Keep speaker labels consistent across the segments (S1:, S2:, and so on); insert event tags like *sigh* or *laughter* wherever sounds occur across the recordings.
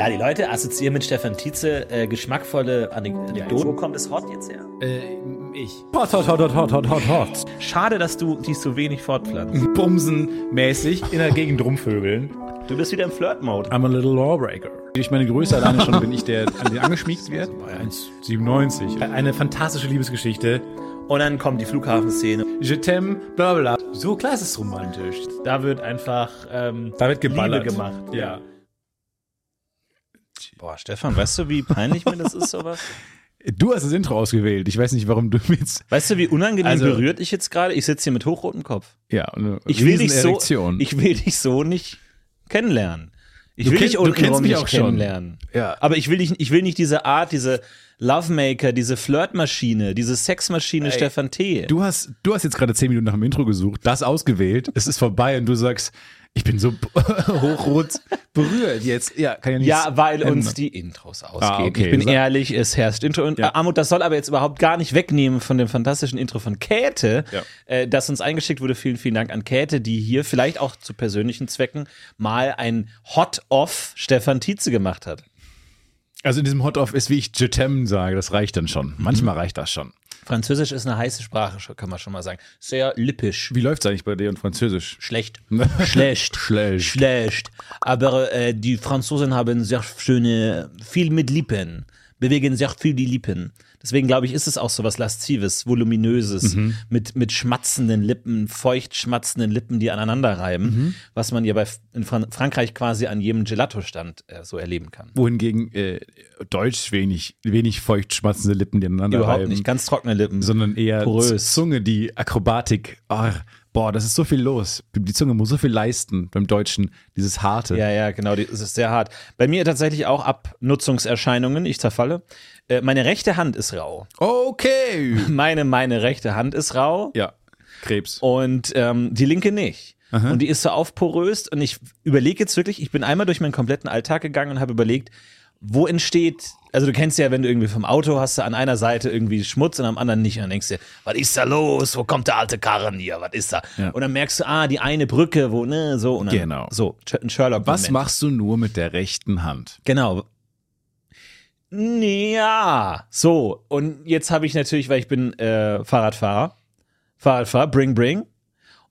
S1: Ja, die Leute assoziieren mit Stefan Tietze äh, geschmackvolle Anekdoten.
S2: Wo kommt das Hot jetzt her?
S3: Äh, ich.
S4: Hot, hot, hot, hot, hot, hot, hot, hot.
S1: Schade, dass du dich so wenig fortpflanzt.
S2: Mhm.
S4: Bumsen-mäßig in der Gegend rumvögeln.
S2: Du bist wieder im Flirt-Mode.
S4: I'm a little lawbreaker. Durch meine Größe alleine schon bin ich der, an den angeschmiegt wird. 1,97. Eine fantastische Liebesgeschichte.
S1: Und dann kommt die Flughafenszene.
S4: Je t'aime, bla bla bla. So klar ist es romantisch.
S1: Da wird einfach ähm,
S4: Da wird geballert.
S1: Liebe gemacht.
S4: Ja.
S2: Boah, Stefan, weißt du, wie peinlich mir das ist, sowas?
S4: Du hast das Intro ausgewählt. Ich weiß nicht, warum du *laughs* mir jetzt.
S2: *laughs* Weißt du, wie unangenehm
S4: Also-
S2: berührt ich jetzt gerade? Ich sitze hier mit hochrotem Kopf.
S4: Ja, eine
S2: Ich will dich so,
S4: Riesenerektion.
S2: ich will dich so nicht kennenlernen. Ich
S4: Du
S2: will
S4: kennst-
S2: dich
S4: du kennst
S2: untenrum
S4: mich
S2: nicht
S4: auch schon.
S2: kennenlernen.
S4: Ja.
S2: Aber ich will, dich, ich will nicht diese Art, diese Lovemaker, diese Flirtmaschine, diese Sexmaschine Stefan T.
S4: Du hast, du hast jetzt gerade zehn Minuten nach dem Intro gesucht, das ausgewählt, es ist vorbei und du sagst, ich bin so *laughs* hochrot berührt jetzt. Ja, kann ja nicht.
S2: ja, weil
S4: ändern.
S2: uns die Intros ausgehen.
S4: Ah, okay.
S2: Ich bin
S4: Sa-
S2: ehrlich, es herrscht Intro und
S4: Ja.
S2: äh, Armut. Das soll aber jetzt überhaupt gar nicht wegnehmen von dem fantastischen Intro von Käthe,
S4: Ja.
S2: äh, das uns eingeschickt wurde. Vielen, vielen Dank an Käthe, die hier vielleicht auch zu persönlichen Zwecken mal ein Hot-Off Stefan Tietze gemacht hat.
S4: Also in diesem Hot-Off ist, wie ich Jetem sage, das reicht dann schon. Manchmal
S2: Mhm.
S4: reicht das schon.
S2: Französisch ist eine heiße Sprache, schon- kann man schon mal sagen. Sehr lippisch.
S4: Wie läuft's eigentlich bei dir und Französisch?
S2: Schlecht. Schlecht.
S4: Schlecht.
S2: Schlecht. Aber äh, die Franzosen haben sehr schöne, viel mit Lippen, bewegen sehr viel die Lippen. Deswegen glaube ich, ist es auch so was Laszives, Voluminöses, mit, mit schmatzenden Lippen, feucht schmatzenden Lippen, die aneinander reiben, was man ja bei, F- in Fran Frankreich quasi an jedem Gelato-Stand äh, so erleben kann.
S4: Wohingegen äh, Deutsch wenig, wenig feucht schmatzende Lippen, die aneinander
S2: Überhaupt
S4: reiben,
S2: nicht, ganz trockene Lippen.
S4: sondern eher
S2: Porös.
S4: Zunge, die Akrobatik. Ah, boah, das ist so viel los. Die Zunge muss so viel leisten beim Deutschen, dieses Harte.
S2: Ja, ja, genau, die- es ist sehr hart. Bei mir tatsächlich auch Abnutzungserscheinungen, ich zerfalle. Äh, meine rechte Hand ist rau.
S4: Okay.
S2: Meine, meine rechte Hand ist rau
S4: Ja, Krebs.
S2: und ähm, die linke nicht. Und die ist so aufporöst und ich überlege jetzt wirklich, ich bin einmal durch meinen kompletten Alltag gegangen und habe überlegt, wo entsteht, also du kennst ja, wenn du irgendwie vom Auto hast, du an einer Seite irgendwie Schmutz und am anderen nicht und dann denkst du, dir, was ist da los, wo kommt der alte Karren hier, was ist da?
S4: Ja.
S2: Und dann merkst du, ah, die eine Brücke, wo, ne, so. Und dann,
S4: Genau.
S2: So, ein Sherlock
S4: Was machst du nur mit der rechten Hand?
S2: Genau. Ja, so. Und jetzt habe ich natürlich, weil ich bin äh, Fahrradfahrer, Fahrradfahrer, bring, bring.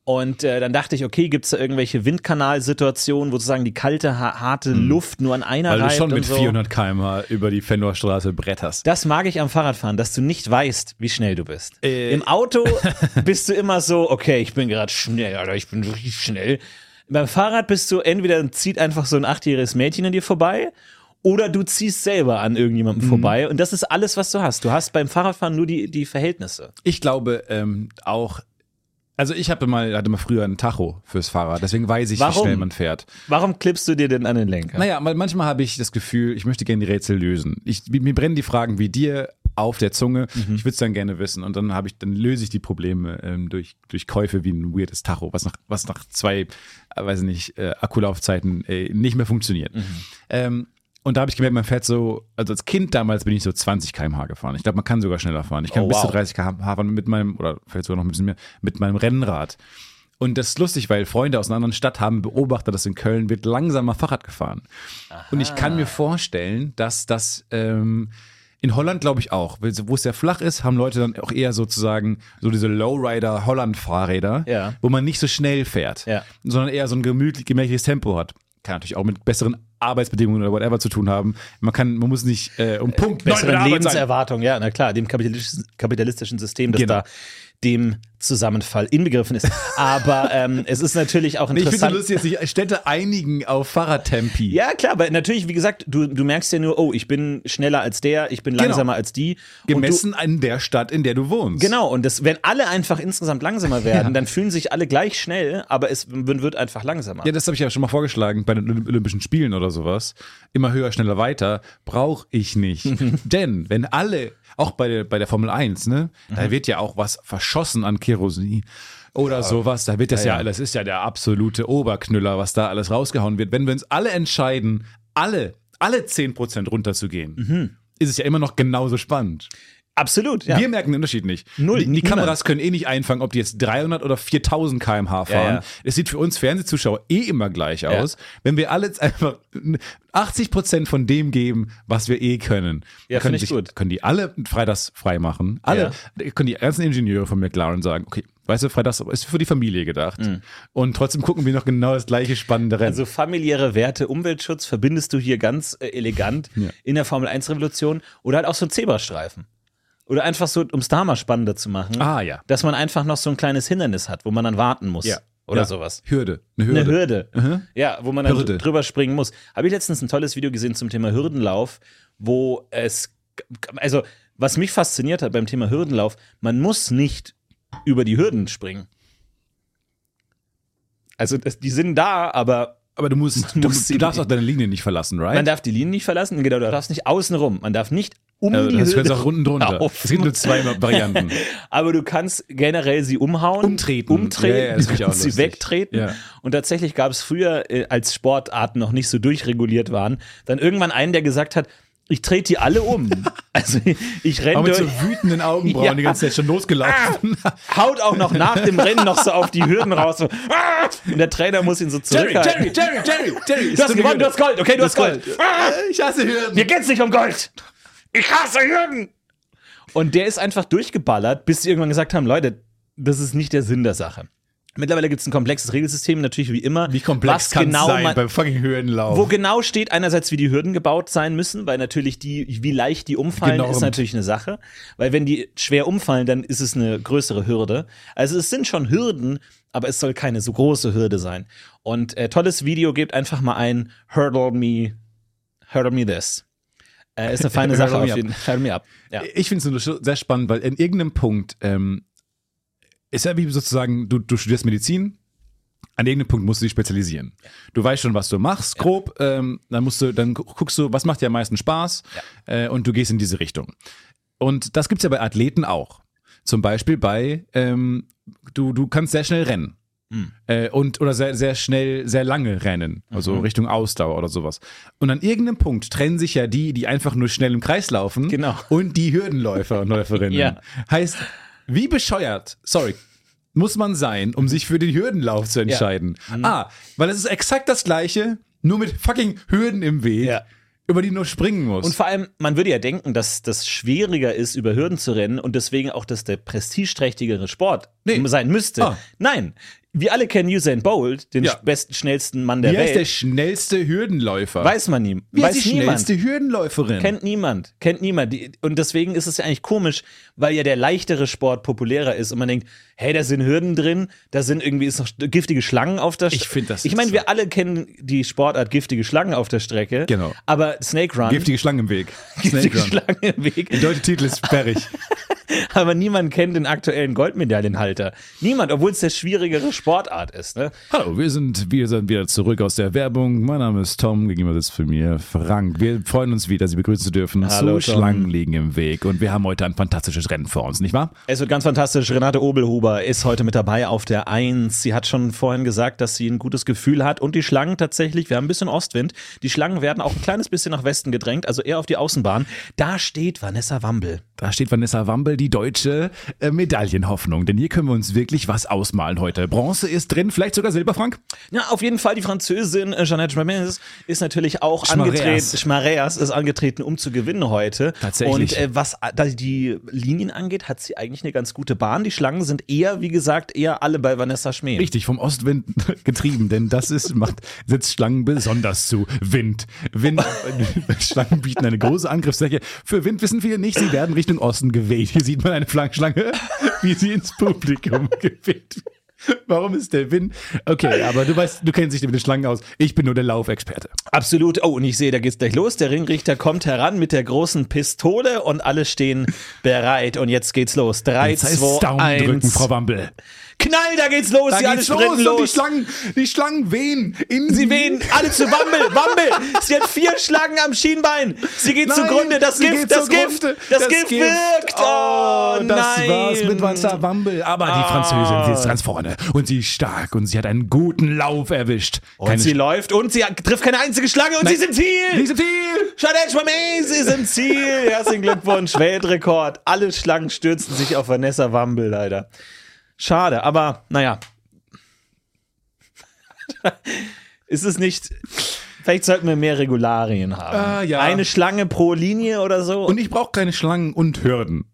S2: Und äh, dann dachte ich, okay, gibt es da irgendwelche Windkanalsituationen, wo sozusagen die kalte, ha- harte Luft nur an einer
S4: Hm. Weil du
S2: reibt
S4: schon
S2: und
S4: mit
S2: so.
S4: 400 km/h über die Fendorstraße bretterst.
S2: Das mag ich am Fahrradfahren, dass du nicht weißt, wie schnell du bist.
S4: Äh.
S2: Im
S4: *laughs*
S2: Auto bist du immer so, okay, ich bin gerade schnell, Alter, ich bin richtig schnell. Beim Fahrrad bist du entweder zieht einfach so ein achtjähriges Mädchen an dir vorbei oder du ziehst selber an irgendjemandem
S4: Mhm.
S2: vorbei. Und das ist alles, was du hast. Du hast beim Fahrradfahren nur die, die Verhältnisse.
S4: Ich glaube ähm, auch, also ich hatte mal, hatte mal früher einen Tacho fürs Fahrrad, deswegen weiß ich, wie
S2: Warum?
S4: schnell man fährt.
S2: Warum klippst du dir denn an den Lenker?
S4: Naja, weil manchmal habe ich das Gefühl, ich möchte gerne die Rätsel lösen. Ich, mir brennen die Fragen wie dir auf der Zunge.
S2: Mhm.
S4: Ich würde es dann gerne wissen. Und dann habe ich, dann löse ich die Probleme ähm, durch, durch Käufe wie ein weirdes Tacho, was nach, was nach zwei, äh, weiß nicht, äh, Akkulaufzeiten äh, nicht mehr funktioniert.
S2: Mhm.
S4: Ähm, und da habe ich gemerkt, man fährt so, also als Kind damals bin ich so 20 km/h gefahren. Ich glaube, man kann sogar schneller fahren. Ich kann
S2: Oh,
S4: bis zu
S2: wow.
S4: 30 km/h fahren mit meinem, oder vielleicht sogar noch ein bisschen mehr, mit meinem Rennrad. Und das ist lustig, weil Freunde aus einer anderen Stadt haben beobachtet, dass in Köln wird langsamer Fahrrad gefahren. Und ich kann mir vorstellen, dass das ähm, in Holland, glaube ich, auch, weil so- wo es sehr flach ist, haben Leute dann auch eher sozusagen so diese Lowrider-Holland-Fahrräder,
S2: Ja.
S4: wo man nicht so schnell fährt,
S2: Ja.
S4: sondern eher so ein gemütlich, gemächliches Tempo hat. Kann natürlich auch mit besseren Arbeitsbedingungen oder whatever zu tun haben. Man kann, man muss nicht äh, um Punkt neun bei der
S2: besseren
S4: Arbeit sein.
S2: Lebenserwartung, ja, na klar, dem kapitalistischen, kapitalistischen System, das
S4: Genau.
S2: da dem Zusammenfall inbegriffen
S4: *laughs*
S2: ist. Aber ähm, es ist natürlich auch
S4: Nee, Ich finde
S2: interessant.
S4: lustig, dass sich Städte einigen auf Fahrradtempi.
S2: ja, klar, weil natürlich, wie gesagt, du, du merkst ja nur, oh, ich bin schneller als der, ich bin langsamer als die.
S4: Genau. Gemessen an der Stadt, in der du wohnst.
S2: Und du, genau, und das, wenn alle einfach insgesamt
S4: *laughs*
S2: langsamer werden, dann fühlen sich alle gleich schnell, aber es w- wird einfach langsamer.
S4: Ja, das habe ich ja schon mal vorgeschlagen bei den Olymp- Olympischen Spielen oder sowas. Immer höher, schneller, weiter brauche ich nicht.
S2: *laughs*
S4: Denn wenn alle, auch bei der, bei der Formel 1, ne,
S2: Mhm.
S4: da wird ja auch was verschossen an Kerosin oder sowas. Da wird das ja, alles, ist ja der absolute Oberknüller, was da alles rausgehauen wird. Wenn wir uns alle entscheiden,
S2: Mhm.
S4: alle, alle 10% runterzugehen, ist es ja immer noch genauso spannend.
S2: Absolut, ja.
S4: Wir merken den Unterschied nicht.
S2: Null,
S4: Die, die
S2: niemand.
S4: Kameras können eh nicht einfangen, ob die jetzt 300 oder 4000 km/h fahren.
S2: Ja, ja.
S4: Es sieht für uns Fernsehzuschauer eh immer gleich aus, wenn wir alle jetzt einfach 80 Prozent von dem geben, was wir eh können.
S2: Ja,
S4: können,
S2: find ich gut.
S4: können die alle freitags frei machen. Alle können die ganzen Ingenieure von McLaren sagen, okay, weißt du, freitags ist für die Familie gedacht. Und trotzdem gucken wir noch genau das gleiche spannende Rennen.
S2: Mhm. Also familiäre Werte, Umweltschutz verbindest du hier ganz äh, elegant in der Formel 1 Revolution oder halt auch so ein Zebrastreifen. Oder einfach so, um es da mal spannender zu machen,
S4: Ah, ja.
S2: dass man einfach noch so ein kleines Hindernis hat, wo man dann warten muss. Oder sowas.
S4: Hürde. Eine Hürde. Mhm.
S2: Eine Hürde. Ja, wo man dann
S4: Hürde.
S2: drüber springen muss. Habe ich letztens ein tolles Video gesehen zum Thema Hürdenlauf, wo es, also was mich fasziniert hat beim Thema Hürdenlauf, man muss nicht über die Hürden springen. Also das, die sind da, aber
S4: Aber du musst,
S2: Man *laughs*
S4: du,
S2: muss
S4: du
S2: sie
S4: darfst
S2: nicht-
S4: auch deine Linie nicht verlassen, right?
S2: man darf die Linie nicht verlassen. Genau, du darfst nicht außen rum. Man darf nicht um
S4: Also,
S2: die
S4: das hört
S2: Hürde.
S4: auch unten drunter.
S2: auf.
S4: Es gibt nur zwei
S2: *laughs*
S4: Varianten.
S2: Aber du kannst generell sie umhauen.
S4: Umtreten.
S2: Umtreten.
S4: Ja, ja, das
S2: du
S4: find ich auch
S2: kannst sie
S4: lustig.
S2: wegtreten.
S4: Ja.
S2: Und tatsächlich gab es früher, äh, als Sportarten noch nicht so durchreguliert waren, dann irgendwann einen, der gesagt hat, ich trete die alle
S4: *laughs*
S2: um. also ich
S4: Auch
S2: renne
S4: mit
S2: durch.
S4: so wütenden Augenbrauen
S2: Ja. Ah!
S4: die ganze Zeit schon losgelaufen. *laughs*
S2: haut auch noch nach dem Rennen noch so auf die Hürden raus. So, "Ah!" und der Trainer muss ihn so zurückhalten.
S4: Jerry, Jerry, Jerry.
S2: Du hast gewonnen, du hast Gold. Okay, du hast Gold. Ah!
S4: Ich hasse Hürden.
S2: Mir geht's nicht um Gold. Ich hasse Hürden. Und der ist einfach durchgeballert, bis sie irgendwann gesagt haben, Leute, das ist nicht der Sinn der Sache. Mittlerweile gibt's ein komplexes Regelsystem, natürlich wie immer.
S4: Wie komplex
S2: was
S4: kann
S2: genau
S4: es sein
S2: man-
S4: beim fucking Hürdenlauf?
S2: wo genau steht einerseits, wie die Hürden gebaut sein müssen, weil natürlich die, wie leicht die umfallen,
S4: Genormt.
S2: ist natürlich eine Sache. Weil wenn die schwer umfallen, dann ist es eine größere Hürde. Also es sind schon Hürden, aber es soll keine so große Hürde sein. Und äh, tolles Video, gebt einfach mal ein Hurdle me, Hurdle me this. Äh, ist eine feine
S4: *laughs* Hurdle
S2: Sache
S4: me
S2: auf
S4: up.
S2: jeden Fall. Hurdle me up. Ja.
S4: Ich finde es nur sehr spannend, weil in irgendeinem Punkt ähm, ist ja wie sozusagen, du, du studierst Medizin, an irgendeinem Punkt musst du dich spezialisieren. Du weißt schon, was du machst, grob, ähm, dann musst du, dann gu- guckst du, was macht dir am meisten Spaß äh, und du gehst in diese Richtung. Und das gibt's ja bei Athleten auch. Zum Beispiel bei, ähm, du, du kannst sehr schnell rennen.
S2: Hm.
S4: Äh, und oder sehr, sehr schnell, sehr lange rennen, also
S2: Mhm.
S4: Richtung Ausdauer oder sowas. Und an irgendeinem Punkt trennen sich ja die, die einfach nur schnell im Kreis laufen
S2: Genau.
S4: und die Hürdenläufer und Läuferinnen.
S2: Ja.
S4: Heißt, wie bescheuert, sorry, muss man sein, um sich für den Hürdenlauf zu entscheiden?
S2: Mhm.
S4: Ah, weil es ist exakt das gleiche, nur mit fucking Hürden im Weg,
S2: Ja.
S4: über die du nur springen musst.
S2: Und vor allem, man würde ja denken, dass das schwieriger ist, über Hürden zu rennen und deswegen auch, dass der prestigeträchtigere Sport
S4: Nee.
S2: sein müsste.
S4: Ah.
S2: Nein. Wir alle kennen Usain Bolt, den
S4: Ja.
S2: besten, schnellsten Mann der
S4: Wer ist der
S2: Welt.
S4: schnellste Hürdenläufer?
S2: Weiß man nie.
S4: Wer
S2: weiß
S4: ist die
S2: niemand.
S4: schnellste Hürdenläuferin?
S2: Kennt niemand. Kennt niemand. Die- Und deswegen ist es ja eigentlich komisch, weil ja der leichtere Sport populärer ist und man denkt, hey, da sind Hürden drin, da sind irgendwie ist noch giftige Schlangen auf der Strecke.
S4: Ich find das
S2: Ich meine,
S4: so-
S2: wir alle kennen die Sportart giftige Schlangen auf der Strecke.
S4: Genau.
S2: Aber Snake Run,
S4: Giftige Schlangen im Weg.
S2: *laughs* giftige
S4: Snake Run.
S2: Schlangen im Weg.
S4: Der deutsche Titel ist sperrig.
S2: Aber niemand kennt den aktuellen Goldmedaillenhalter. Niemand, obwohl es der schwierigere Sportart ist. Ne?
S4: Hallo, wir sind, wir sind wieder zurück aus der Werbung. Mein Name ist Tom, gegenüber sitzt für mir Frank. Wir freuen uns wieder, Sie begrüßen zu dürfen.
S2: Hallo,
S4: so
S2: Tom.
S4: Schlangen liegen im Weg und wir haben heute ein fantastisches Rennen vor uns, nicht wahr?
S2: Es wird ganz fantastisch. Renate Obelhuber ist heute mit dabei auf der 1. Sie hat schon vorhin gesagt, dass sie ein gutes Gefühl hat. Und die Schlangen tatsächlich, wir haben ein bisschen Ostwind, die Schlangen werden auch ein kleines bisschen nach Westen gedrängt, also eher auf die Außenbahn. Da steht Vanessa Wambel.
S4: Da steht Vanessa Wambel, die deutsche äh, Medaillenhoffnung. Denn hier können wir uns wirklich was ausmalen heute. Bronze ist drin, vielleicht sogar Silber, Frank?
S2: Ja, auf jeden Fall die Französin äh, Jeannette Ramirez ist natürlich auch
S4: Schmareas.
S2: angetreten. Schmareas ist angetreten, um zu gewinnen heute.
S4: Tatsächlich.
S2: Und äh, was a- da die Linien angeht, hat sie eigentlich eine ganz gute Bahn. Die Schlangen sind eher, wie gesagt, eher alle bei Vanessa Schmäh.
S4: Richtig, vom Ostwind *laughs* getrieben, denn das ist, macht, setzt Schlangen besonders zu. Wind. Wind. *laughs* Schlangen bieten eine große Angriffsfläche. Für Wind wissen viele nicht, sie werden Richtung Osten geweht. Hier sieht man eine Flank- Schlange, *laughs* wie sie ins Publikum *laughs* geweht. wird. Warum ist der Wind? Okay, aber du weißt, du kennst dich mit den Schlangen aus. Ich bin nur der Laufexperte.
S2: Absolut. Oh, und ich sehe, da geht's gleich los. Der Ringrichter kommt heran mit der großen Pistole und alle stehen bereit. Und jetzt geht's los. Drei,
S4: Das heißt,
S2: zwei,
S4: Down drücken,
S2: eins.
S4: Frau Wampel.
S2: Knall, da geht's los, um
S4: Da
S2: sie alle
S4: geht's los
S2: sprinten
S4: und die
S2: los.
S4: Schlangen, die Schlangen wehen in
S2: Sie wehen alle zu Wammel, Wammel. Sie hat vier Schlangen am Schienbein. Sie geht
S4: Nein,
S2: zugrunde. Das
S4: sie
S2: Gift,
S4: geht
S2: das Gift,
S4: zugrunde.
S2: das, Gift, wirkt. Oh,
S4: das
S2: nein. Ah.
S4: war's mit Vanessa Wambel. Aber die Französin, sie ist ganz vorne und sie ist stark und sie hat einen guten Lauf erwischt.
S2: Und sie läuft und sie trifft keine einzige Schlange und sie sind Ziel.
S4: Diese viel!
S2: Chanel Schwamé, sie ist im Ziel. Herzlichen Glückwunsch, Weltrekord. Alle Schlangen stürzten sich auf Vanessa Wambel leider. Schade, aber naja. *laughs* ist es nicht. Vielleicht sollten wir mehr Regularien haben.
S4: Ah, ja.
S2: Eine Schlange pro Linie oder so.
S4: Und ich brauche keine Schlangen und Hürden.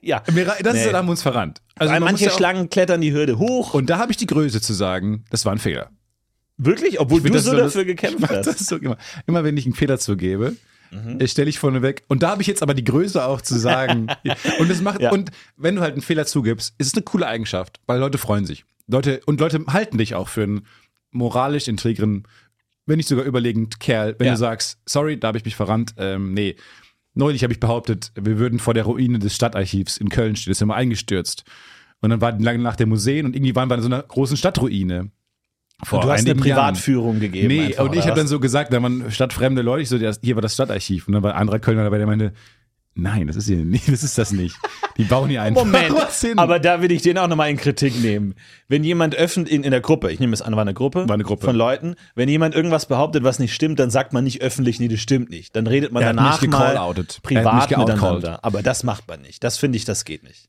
S2: ja.
S4: Wir, das
S2: Nee.
S4: ist, da haben wir uns verrannt. Also
S2: Weil
S4: man muss
S2: manche
S4: ja auch-
S2: Schlangen klettern die Hürde hoch.
S4: Und da habe ich die Größe zu sagen, das war ein Fehler.
S2: wirklich? Obwohl
S4: Ich bin
S2: du
S4: das
S2: so
S4: so-
S2: dafür
S4: Ich
S2: gekämpft
S4: mach
S2: hast. Mhm.
S4: Das so immer. immer wenn ich einen Fehler zugebe, äh, stelle ich vorne weg. Und da habe ich jetzt aber die Größe auch zu
S2: *laughs*
S4: sagen. und das macht
S2: Ja.
S4: und wenn du halt einen Fehler zugibst, ist es eine coole Eigenschaft, weil Leute freuen sich. Leute und Leute halten dich auch für einen moralisch integren, wenn nicht sogar überlegenen Kerl, wenn
S2: Ja.
S4: du sagst, sorry, da habe ich mich verrannt. Ähm, nee. Neulich habe ich behauptet, wir würden vor der Ruine des Stadtarchivs in Köln stehen, das ist ja mal eingestürzt. Und dann war lange nach der Museen und irgendwie waren wir in so einer großen Stadtruine. Vor
S2: Du hast eine
S4: einigen Jahren.
S2: Privatführung gegeben.
S4: Nee,
S2: einfach,
S4: und
S2: oder
S4: ich habe
S2: was?
S4: dann so gesagt, da waren stadtfremde Leute, ich so, das- hier war das Stadtarchiv. Und dann war ein anderer Kölner dabei, der meinte, nein, das ist hier nicht, *laughs* das ist das nicht. Die bauen hier einfach *laughs*
S2: Moment,
S4: was hin.
S2: aber da will ich den auch nochmal in Kritik nehmen. Wenn jemand öffentlich in, in der Gruppe, ich nehme es an, war eine Gruppe,
S4: War eine Gruppe.
S2: von Leuten, wenn jemand irgendwas behauptet, was nicht stimmt, dann sagt man nicht öffentlich, nee, das stimmt nicht. Dann redet man
S4: Er hat
S2: danach
S4: mich
S2: mal
S4: gecalloutet. Er hat mich
S2: privat
S4: geoutcalled.
S2: miteinander. Aber das macht man nicht. Das finde ich, das geht nicht.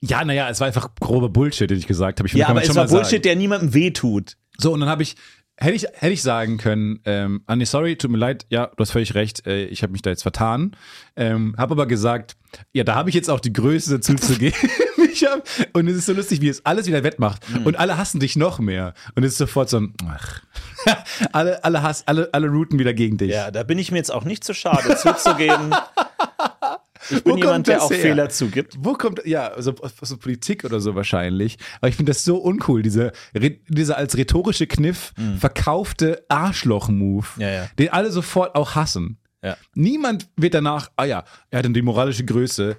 S4: ja, naja, es war einfach grober Bullshit, den ich gesagt habe. Ich
S2: Ja,
S4: kann man
S2: aber es
S4: schon
S2: war
S4: mal sagen.
S2: Bullshit, der niemandem wehtut.
S4: So, und dann habe ich, hätte ich, hätte ich sagen können, ähm, Anni, sorry, tut mir leid, ja, du hast völlig recht, äh, ich habe mich da jetzt vertan. Ähm, habe aber gesagt, ja, da habe ich jetzt auch die Größe dazu zu geben. *laughs* Ich hab, und es ist so lustig, wie es alles wieder wettmacht. Und alle hassen dich noch mehr. Und es ist sofort so ein, ach. *laughs* alle, alle, hass, alle, alle routen wieder gegen dich.
S2: Ja, da bin ich mir jetzt auch nicht zu schade, zuzugeben.
S4: *laughs*
S2: Ich bin
S4: Wo
S2: jemand,
S4: kommt
S2: der
S4: das
S2: auch
S4: her?
S2: Fehler zugibt.
S4: Wo kommt, ja, so, so Politik oder so wahrscheinlich. Aber ich finde das so uncool, diese, re- diese als rhetorische Kniff verkaufte Arschloch-Move,
S2: Mhm. Ja, ja.
S4: den alle sofort auch hassen.
S2: Ja.
S4: Niemand wird danach, ah ja, er hat dann die moralische Größe.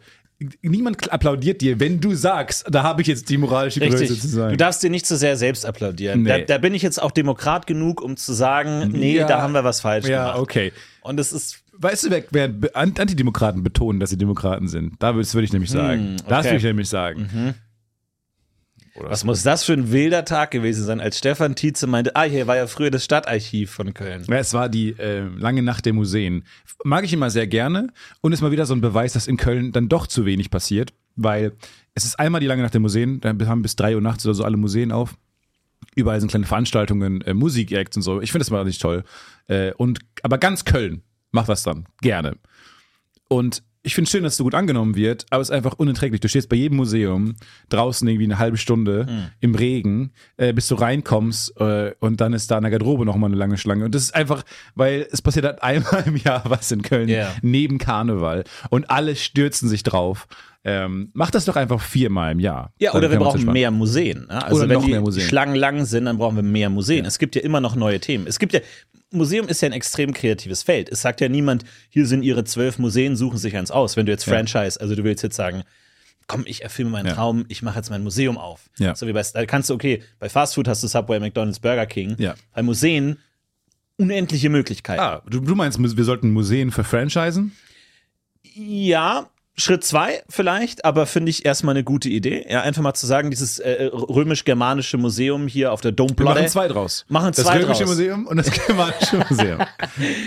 S4: Niemand applaudiert dir, wenn du sagst, da habe ich jetzt die moralische Größe
S2: Richtig.
S4: zu sein.
S2: Du darfst dir nicht zu sehr selbst applaudieren. Da,
S4: Nee.
S2: da bin ich jetzt auch Demokrat genug, um zu sagen, nee,
S4: Ja.
S2: da haben wir was falsch
S4: ja,
S2: gemacht.
S4: okay.
S2: Und es ist
S4: Weißt du, wer, wer Be- Ant- Antidemokraten betonen, dass sie Demokraten sind? Da würd- das würde ich nämlich sagen.
S2: Hm,
S4: Das
S2: okay. Mhm.
S4: würde ich nämlich sagen.
S2: Was muss das für ein wilder Tag gewesen sein, als Stefan Tietze meinte, ah, hier war ja früher das Stadtarchiv von Köln.
S4: Ja, es war die äh, lange Nacht der Museen. Mag ich immer sehr gerne und ist mal wieder so ein Beweis, dass in Köln dann doch zu wenig passiert, weil es ist einmal die lange Nacht der Museen, da haben bis drei Uhr nachts oder so alle Museen auf. Überall sind kleine Veranstaltungen, äh, Musikacts und so. Ich finde das mal nicht toll. Äh, und, aber ganz Köln macht was dann. Gerne. Und ich finde es schön, dass es so gut angenommen wird, aber es ist einfach unerträglich. Du stehst bei jedem Museum draußen irgendwie eine halbe Stunde
S2: Mhm.
S4: im Regen, äh, bis du reinkommst äh, und dann ist da in der Garderobe nochmal eine lange Schlange. Und das ist einfach, weil es passiert halt einmal im Jahr was in Köln
S2: Ja.
S4: neben Karneval und alle stürzen sich drauf. Ähm, mach das doch einfach viermal im Jahr.
S2: Ja,
S4: Dann
S2: oder wir
S4: können uns
S2: brauchen
S4: entspannen.
S2: mehr Museen. Ne? Also
S4: Oder
S2: wenn
S4: noch
S2: die
S4: mehr Museen.
S2: Schlangen lang sind, dann brauchen wir mehr Museen. Es gibt ja immer noch neue Themen. Es gibt ja, Museum ist ja ein extrem kreatives Feld. Es sagt ja niemand, hier sind ihre zwölf Museen, suchen sich eins aus. Wenn du jetzt Franchise, also du willst jetzt sagen, komm, ich erfülle meinen
S4: Ja.
S2: Traum, ich mache jetzt mein Museum auf.
S4: Ja.
S2: So wie bei, da kannst du, okay, bei Fast Food hast du Subway, McDonalds, Burger King.
S4: Ja.
S2: Bei Museen unendliche Möglichkeiten.
S4: Ah, du, du meinst, wir sollten Museen verfranchisen?
S2: Ja, Schritt zwei vielleicht, aber finde ich erstmal eine gute Idee. Ja, einfach mal zu sagen, dieses äh, römisch-germanische Museum hier auf der
S4: Wir
S2: Domplatte.
S4: machen zwei draus.
S2: Machen
S4: das
S2: zwei
S4: Römische
S2: draus.
S4: Museum und das Germanische
S2: *laughs*
S4: Museum.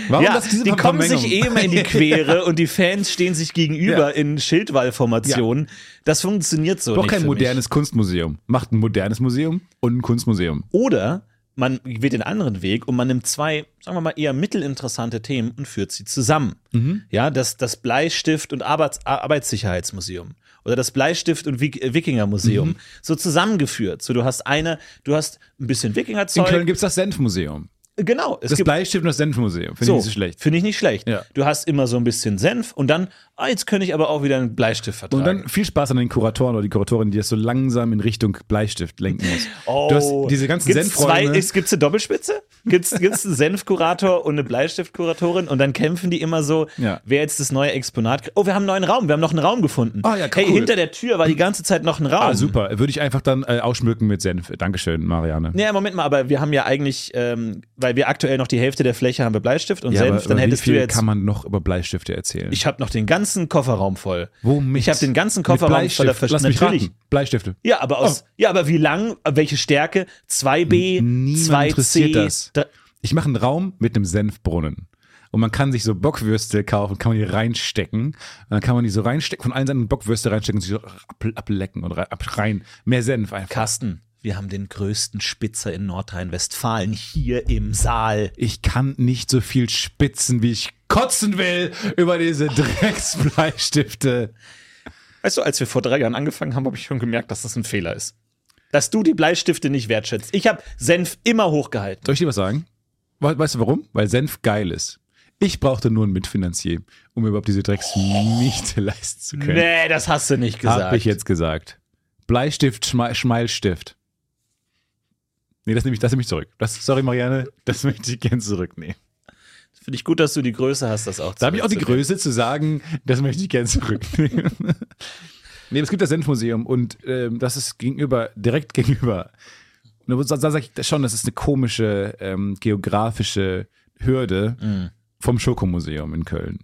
S4: Warum
S2: Ja,
S4: das diese
S2: die kommen
S4: Vermengung?
S2: sich eh immer
S4: *laughs*
S2: in die Quere und die Fans stehen sich gegenüber
S4: Ja.
S2: in Schildwallformationen. Das funktioniert so
S4: Doch
S2: nicht.
S4: kein
S2: für
S4: modernes Kunstmuseum. Macht ein modernes Museum und ein Kunstmuseum.
S2: Mich. Oder man geht den anderen Weg und man nimmt zwei, sagen wir mal, eher mittelinteressante Themen und führt sie zusammen.
S4: Mhm.
S2: Ja, das, das Bleistift- und Arbeits Arbeitssicherheitsmuseum. Oder das Bleistift- und Wik äh,
S4: Mhm.
S2: Wikingermuseum. So zusammengeführt. So, du hast eine, du hast ein bisschen
S4: In
S2: Wikingerzeug.
S4: Köln gibt es das Senfmuseum.
S2: Genau, es
S4: Das
S2: gibt
S4: Bleistift und das Senfmuseum. Finde ich nicht so schlecht.
S2: Finde ich nicht schlecht.
S4: Ja.
S2: Du hast immer so ein bisschen Senf und dann, ah, jetzt könnte ich aber auch wieder einen Bleistift vertragen.
S4: Und dann viel Spaß an den Kuratoren oder die Kuratorin, die das so langsam in Richtung Bleistift lenken muss. du hast diese ganzen
S2: Oh. gibt's zwei,
S4: Senfräume.
S2: ist, Gibt's eine Doppelspitze? Gibt's, gibt's einen Senfkurator und eine Bleistiftkuratorin? Und dann kämpfen die immer so,
S4: Ja.
S2: wer jetzt das neue Exponat kriegt. Oh, wir haben einen neuen Raum, wir haben noch einen Raum gefunden.
S4: Ah, ja,
S2: hey,
S4: cool.
S2: hinter der Tür war die ganze Zeit noch ein Raum.
S4: Ah, super. Würde ich einfach dann äh, ausschmücken mit Senf. Dankeschön, Marianne.
S2: Naja, Moment mal, aber wir haben ja eigentlich, ähm, weil wir aktuell noch die Hälfte der Fläche haben wir Bleistift und
S4: Ja,
S2: Senf,
S4: aber,
S2: dann
S4: aber
S2: hättest
S4: wie
S2: du
S4: viel
S2: jetzt.
S4: kann man noch über Bleistifte erzählen?
S2: Ich habe noch den ganzen Kofferraum voll.
S4: Womit?
S2: Ich habe den ganzen
S4: Mit
S2: Kofferraum voller
S4: Bleistift. Lass mich
S2: Natürlich.
S4: raten. Oh. Bleistifte.
S2: Ja, aber aus. Ja, aber wie lang? Welche Stärke? 2B,
S4: Niemand
S2: 2C.
S4: interessiert das.
S2: dr-
S4: Ich mache einen Raum mit einem Senfbrunnen. Und man kann sich so Bockwürste kaufen, kann man die reinstecken. Und dann kann man die so reinstecken, von allen Seiten Bockwürste reinstecken und sich so ab, ablecken und rein, ab, rein. Mehr Senf einfach.
S2: Carsten, wir haben den größten Spitzer in Nordrhein-Westfalen hier im Saal.
S4: Ich kann nicht so viel spitzen, wie ich kotzen will über *laughs* diese Drecksbleistifte.
S2: Weißt du, als wir vor drei Jahren angefangen haben, habe ich schon gemerkt, dass das ein Fehler ist. Dass du die Bleistifte nicht wertschätzt. Ich habe Senf immer hochgehalten.
S4: Soll ich dir was sagen? We weißt du warum? Weil Senf geil ist. Ich brauchte nur einen Mitfinanzier, um überhaupt diese Drecksmiete *laughs* leisten zu können.
S2: Nee, das hast du nicht gesagt.
S4: Hab ich jetzt gesagt. Bleistift, Schme Schmeilstift. Nee, das nehme ich, das nehme ich zurück. Das, sorry, Marianne, das *laughs* möchte ich gern zurücknehmen.
S2: Finde ich gut, dass du die Größe hast, das auch
S4: Da habe ich auch die
S2: zurückzunehmen.
S4: Größe zu sagen, das möchte ich gern zurücknehmen. nee, es gibt das Senfmuseum und ähm, das ist gegenüber, direkt gegenüber. Und da, da sage ich das schon, das ist eine komische ähm, geografische Hürde vom Schokomuseum in Köln.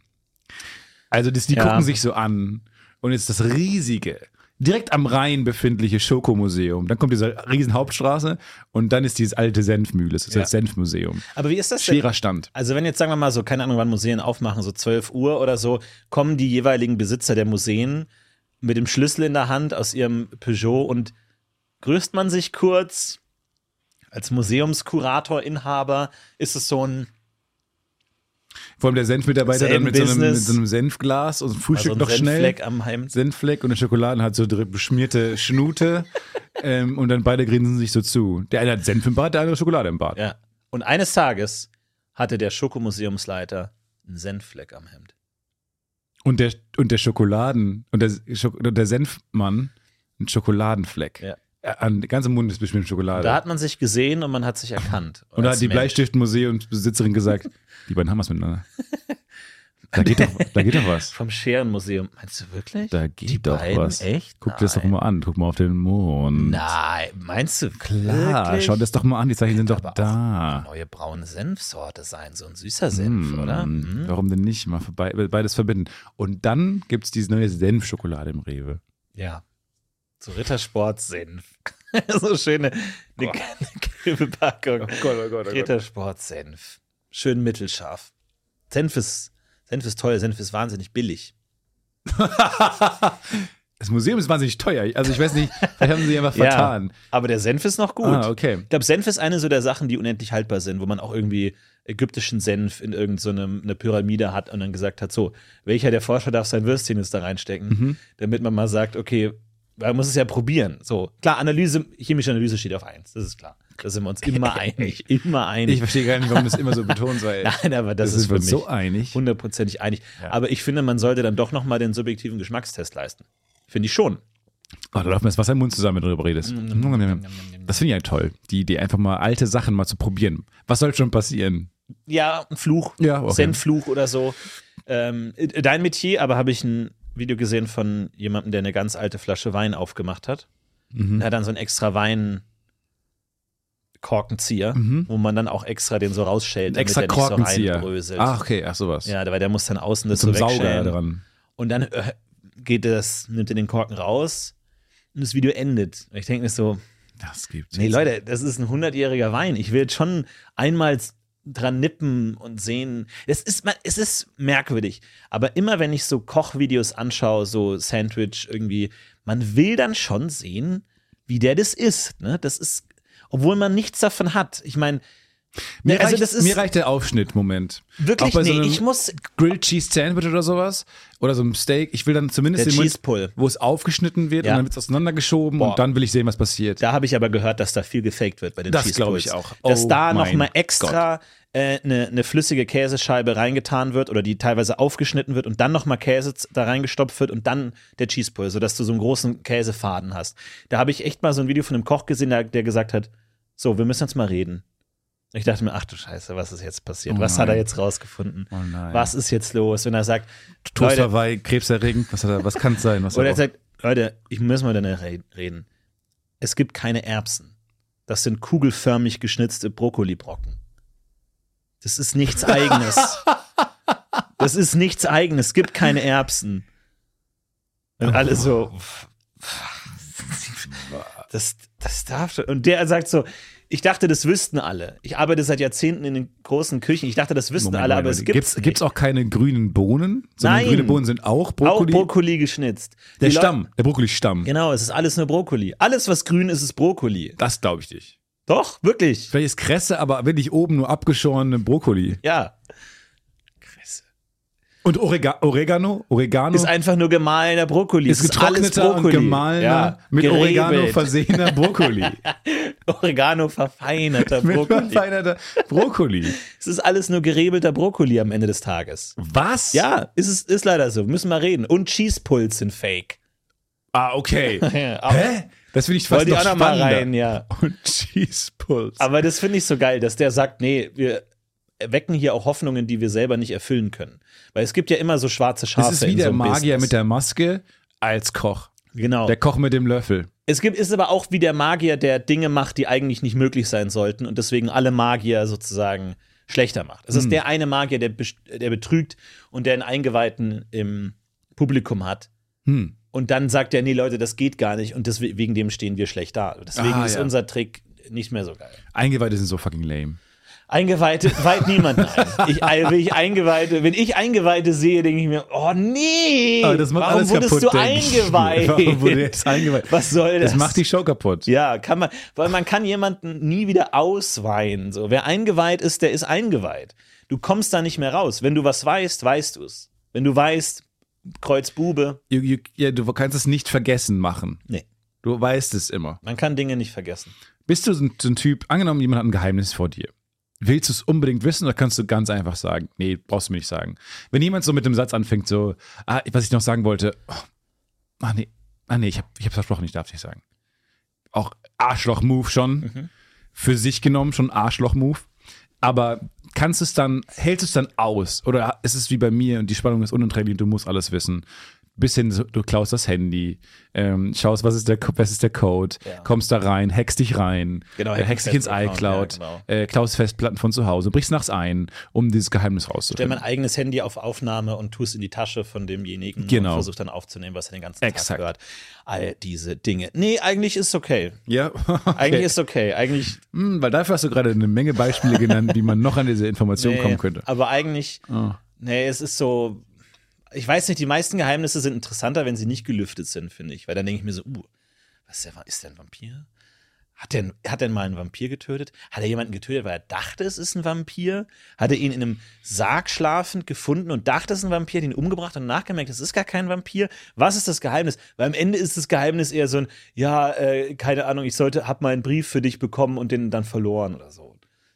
S4: Also das, die
S2: Ja.
S4: gucken sich so an und jetzt das riesige, direkt am Rhein befindliche Schokomuseum. Dann kommt diese riesen Hauptstraße und dann ist dieses alte Senfmühle, das ist
S2: Ja.
S4: das Senfmuseum.
S2: Aber wie ist das denn?
S4: Schwerer Stand.
S2: Also wenn jetzt, sagen wir mal so, keine Ahnung, wann Museen aufmachen, so 12 Uhr oder so, kommen die jeweiligen Besitzer der Museen mit dem Schlüssel in der Hand aus ihrem Peugeot und grüßt man sich kurz als Museumskurator, Inhaber, ist es so ein,
S4: Vor allem der Senfmitarbeiter dann mit so, einem, mit
S2: Senfbusiness.
S4: so einem Senfglas und
S2: also
S4: Frühstück
S2: ein
S4: noch schnell.
S2: Rennfleck am Heim.
S4: Senffleck und der Schokoladen hat so dr- beschmierte Schnute.
S2: *laughs*
S4: ähm, und dann beide grinsen sich so zu. Der eine hat Senf im Bart, der andere Schokolade im Bart.
S2: Ja. Und eines Tages hatte der Schokomuseumsleiter einen Senffleck am Hemd.
S4: Und, der, und der Schokoladen und der, Schok und der Senfmann einen Schokoladenfleck.
S2: Ja.
S4: Äh, An, der ganze Mund ist bestimmt mit Schokolade.
S2: Da hat man sich gesehen und man hat sich erkannt.
S4: und da
S2: Als
S4: hat die
S2: Mensch. *laughs*
S4: Bleistiftmuseumsbesitzerin gesagt, die beiden haben was miteinander. Da geht doch, da geht doch was.
S2: Vom Scherenmuseum. Meinst du wirklich?
S4: Da geht
S2: die
S4: doch
S2: beiden?
S4: was.
S2: Echt?
S4: Guck dir das doch
S2: Nein.
S4: mal an. Guck mal auf den Mond.
S2: Nein, meinst du
S4: Klar,
S2: wirklich?
S4: schau das doch mal an, die Zeichen sind doch
S2: Aber auch
S4: da.
S2: eine neue braune Senfsorte sein, so ein süßer Senf, oder?
S4: Hm,
S2: Mhm.
S4: Warum denn nicht? Mal vorbei, beides verbinden. Und dann gibt es diese neue Senfschokolade im Rewe.
S2: Ja. So Rittersport Senf. *laughs* so schöne eine, eine gelbe Packung.
S4: Oh
S2: oh Rittersport Senf. Schön mittelscharf. Senf ist Senf ist teuer, Senf ist wahnsinnig billig.
S4: Das Museum ist wahnsinnig teuer. Also ich weiß nicht, vielleicht haben sie sich einfach vertan.
S2: *laughs* Ja, aber der Senf ist noch gut.
S4: Ah, okay.
S2: Ich glaube, Senf ist eine so der Sachen, die unendlich haltbar sind, wo man auch irgendwie ägyptischen Senf in irgendeiner eine Pyramide hat und dann gesagt hat, so, welcher der Forscher darf sein Würstchen jetzt da reinstecken,
S4: Mhm.
S2: damit man mal sagt, okay, man muss es ja probieren. So, klar, Analyse, chemische Analyse steht auf eins, das ist klar. Da sind wir uns
S4: *laughs*
S2: immer einig, immer
S4: Ich
S2: einig.
S4: verstehe gar nicht, warum das immer so betont sei.
S2: *laughs* Nein, aber das,
S4: Das
S2: ist
S4: sind
S2: für
S4: wir
S2: mich
S4: uns so einig.
S2: hundertprozentig einig. Aber ich finde, man sollte dann doch nochmal den subjektiven Geschmackstest leisten. Finde ich schon.
S4: Oh, da läuft mir das Wasser im Mund zusammen, wenn du darüber redest.
S2: Mm.
S4: Mm, Das finde ich ja toll. Die Idee, einfach mal alte Sachen mal zu probieren. Was soll schon passieren?
S2: Ja, ein Fluch.
S4: Ja, okay.
S2: Senffluch oder so. Ähm, äh, dein Metier, aber habe ich ein Video gesehen von jemandem, der eine ganz alte Flasche Wein aufgemacht hat.
S4: Mhm.
S2: Und hat dann so einen extra Wein. Korkenzieher, wo man dann auch extra den so rausschält, damit
S4: Mhm. Extra
S2: der nicht so
S4: Korkenzieher.
S2: reinbröselt.
S4: ah, okay, ach sowas.
S2: Ja, weil der muss dann außen das
S4: Zum
S2: so
S4: Sauger
S2: wegschälen.
S4: dran.
S2: Und dann äh, geht das, nimmt er den Korken raus und das Video endet. Und ich denke mir so,
S4: Das gibt's.
S2: Nee,
S4: jetzt.
S2: Leute, das ist ein hundertjähriger Wein. Ich will jetzt schon einmal dran nippen und sehen. Das ist, man- es ist merkwürdig. Aber immer wenn ich so Kochvideos anschaue, so Sandwich irgendwie, man will dann schon sehen, wie der das ist. Ne? Das ist, obwohl man nichts davon hat. Ich meine,
S4: Mir,
S2: ne, also
S4: reicht,
S2: das ist
S4: mir reicht der Aufschnitt, Moment.
S2: wirklich,
S4: Auch bei
S2: nee,
S4: so einem
S2: ich muss,
S4: Grilled Cheese Sandwich oder sowas oder so einem Steak. Ich will dann zumindest
S2: Der
S4: den Moment,
S2: Cheese Pull.
S4: wo es aufgeschnitten wird
S2: Ja.
S4: und dann wird es auseinandergeschoben
S2: Boah.
S4: und dann will ich sehen, was passiert.
S2: da habe ich aber gehört, dass da viel gefaked wird bei den
S4: Das
S2: Cheese
S4: glaub
S2: Pulls.
S4: ich auch.
S2: Dass
S4: Oh
S2: da noch
S4: mein
S2: mal extra äh, eine, eine flüssige Käsescheibe reingetan wird oder die teilweise aufgeschnitten wird und dann nochmal Käse z- da reingestopft wird und dann der Cheese Pull, sodass du so einen großen Käsefaden hast. Da habe ich echt mal so ein Video von einem Koch gesehen, der, der gesagt hat, so, wir müssen jetzt mal reden. Und Ich dachte mir, ach du Scheiße, was ist jetzt passiert?
S4: Oh
S2: was hat er
S4: nein.
S2: jetzt rausgefunden?
S4: Oh nein.
S2: Was ist jetzt los? Wenn er sagt, Leute,
S4: Toasterwei, krebserregend, was, hat er- was kann es sein? Was
S2: oder er
S4: hat er
S2: sagt, Leute, ich muss mal danach re- reden. Es gibt keine Erbsen. Das sind kugelförmig geschnitzte Brokkolibrocken. Das ist nichts
S4: *laughs*
S2: Eigenes. das ist nichts Eigenes. Es gibt keine Erbsen. Und alle so. pff, pff, Das, das darf doch. Und der sagt so: Ich dachte, das wüssten alle. Ich arbeite seit Jahrzehnten in den großen Küchen. Ich dachte, das wüssten
S4: Moment,
S2: alle,
S4: Moment,
S2: aber es
S4: Moment.
S2: gibt's,
S4: gibt's, gibt's auch keine grünen Bohnen, sondern
S2: Nein.
S4: grüne Bohnen sind auch
S2: Brokkoli.
S4: Brokkoli.
S2: Auch Brokkoli geschnitzt.
S4: der
S2: Die Leu-
S4: Stamm, der Brokkoli-Stamm.
S2: Genau, es ist alles nur Brokkoli. Alles, was grün ist, ist Brokkoli.
S4: Das glaube ich dich.
S2: Doch, wirklich.
S4: Vielleicht ist Kresse, aber wirklich oben nur abgeschorene Brokkoli.
S2: Ja.
S4: Und Orega Oregano, Oregano
S2: Ist einfach nur gemahlener Brokkoli.
S4: ist
S2: Es alles
S4: getrockneter und
S2: Brokkoli.
S4: gemahlener,
S2: ja.
S4: mit Oregano
S2: ver
S4: versehener Brokkoli.
S2: *laughs* Oregano verfeinerter
S4: *laughs* mit
S2: Brokkoli.
S4: verfeinerter Brokkoli.
S2: Es ist alles nur gerebelter Brokkoli am Ende des Tages.
S4: Was?
S2: Ja, ist, es ist leider so. Müssen wir reden. Und Cheesepuls sind
S4: *laughs*
S2: fake.
S4: Ah,
S2: *laughs*
S4: okay.
S2: Aber
S4: Hä? Das finde ich
S2: Wollt
S4: fast
S2: die
S4: noch
S2: anderen mal
S4: spannender.
S2: rein, ja.
S4: Und *laughs* Cheese Pulse.
S2: Aber das finde ich so geil, dass der sagt, nee, wir wecken hier auch Hoffnungen, die wir selber nicht erfüllen können. Weil es gibt ja immer so schwarze Schafe
S4: Das ist
S2: in
S4: wie
S2: so
S4: der
S2: einem
S4: Magier
S2: Business.
S4: mit der Maske als Koch.
S2: Genau.
S4: Der Koch mit dem Löffel.
S2: Es gibt, ist aber auch wie der Magier, der Dinge macht, die eigentlich nicht möglich sein sollten und deswegen alle Magier sozusagen schlechter macht.
S4: Mhm.
S2: Es ist der eine Magier, der, best- der betrügt und der einen Eingeweihten im Publikum hat.
S4: Hm.
S2: Und dann sagt er, nee, Leute, das geht gar nicht und deswegen, wegen dem stehen wir schlecht da. Deswegen
S4: Ah,
S2: ist
S4: ja.
S2: unser Trick nicht mehr so geil.
S4: Eingeweihte sind so fucking lame.
S2: Eingeweihte weiht niemand ein. Ich, also wenn, ich Eingeweihte, wenn ich Eingeweihte sehe, denke ich mir, oh nee,
S4: Aber das macht
S2: warum
S4: alles
S2: wurdest
S4: kaputt,
S2: du
S4: denke ich mir.
S2: eingeweiht?
S4: Warum wurde jetzt eingeweiht?
S2: Was soll das?
S4: Das macht die Show kaputt.
S2: Ja, kann man, weil man kann jemanden nie wieder ausweihen. So, wer eingeweiht ist, der ist eingeweiht. Du kommst da nicht mehr raus. Wenn du was weißt, weißt du es. Wenn du weißt, Kreuz Bube,
S4: You, you, ja, du kannst es nicht vergessen machen.
S2: nee,
S4: Du weißt es immer.
S2: man kann Dinge nicht vergessen.
S4: Bist du so ein, so ein Typ, angenommen, jemand hat ein Geheimnis vor dir. Willst du es unbedingt wissen oder kannst du ganz einfach sagen? Nee, brauchst du mir nicht sagen. Wenn jemand so mit dem Satz anfängt, so, ah, was ich noch sagen wollte, oh, ah nee, ah nee, ich habe ich hab's versprochen, ich darf nicht sagen. Auch Arschloch-Move schon.
S2: Mhm.
S4: Für sich genommen schon Arschloch-Move. Aber kannst du es dann, hältst du es dann aus? Oder ist es wie bei mir und die Spannung ist unerträglich und du musst alles wissen? Bis hin, so, du klaust das Handy, ähm, schaust, was ist der, Co- was ist der Code, kommst da rein, hackst dich rein,
S2: Genau,
S4: äh, hackst dich ins
S2: Festplatten klauen,
S4: iCloud,
S2: ja, genau.
S4: äh, klaust Festplatten von zu Hause, brichst nachts ein, um dieses Geheimnis
S2: Stell mein
S4: rauszufinden.
S2: eigenes Handy auf Aufnahme und tu es in die Tasche von demjenigen
S4: Genau.
S2: und versuch dann aufzunehmen, was er den ganzen
S4: Exakt.
S2: Tag hört. All diese Dinge. Nee, eigentlich ist okay.
S4: Ja, *laughs*
S2: Eigentlich
S4: okay.
S2: ist okay. Eigentlich
S4: Hm, weil dafür hast du gerade eine Menge Beispiele genannt, wie man noch an diese Information
S2: Nee, Ah,
S4: kommen könnte. Ah.
S2: Aber eigentlich, nee, es ist so, ich weiß nicht, die meisten Geheimnisse sind interessanter, wenn sie nicht gelüftet sind, finde ich. Weil dann denke ich mir so, uh, was ist der, ist der ein Vampir? Hat der, hat der mal einen Vampir getötet? Hat er jemanden getötet, weil er dachte, es ist ein Vampir? Hat er ihn in einem Sarg schlafend gefunden und dachte, es ist ein Vampir, hat ihn umgebracht und nachgemerkt, es ist gar kein Vampir? Was ist das Geheimnis? Weil am Ende ist das Geheimnis eher so ein, ja, äh, keine Ahnung, ich sollte, hab mal einen Brief für dich bekommen und den dann verloren oder so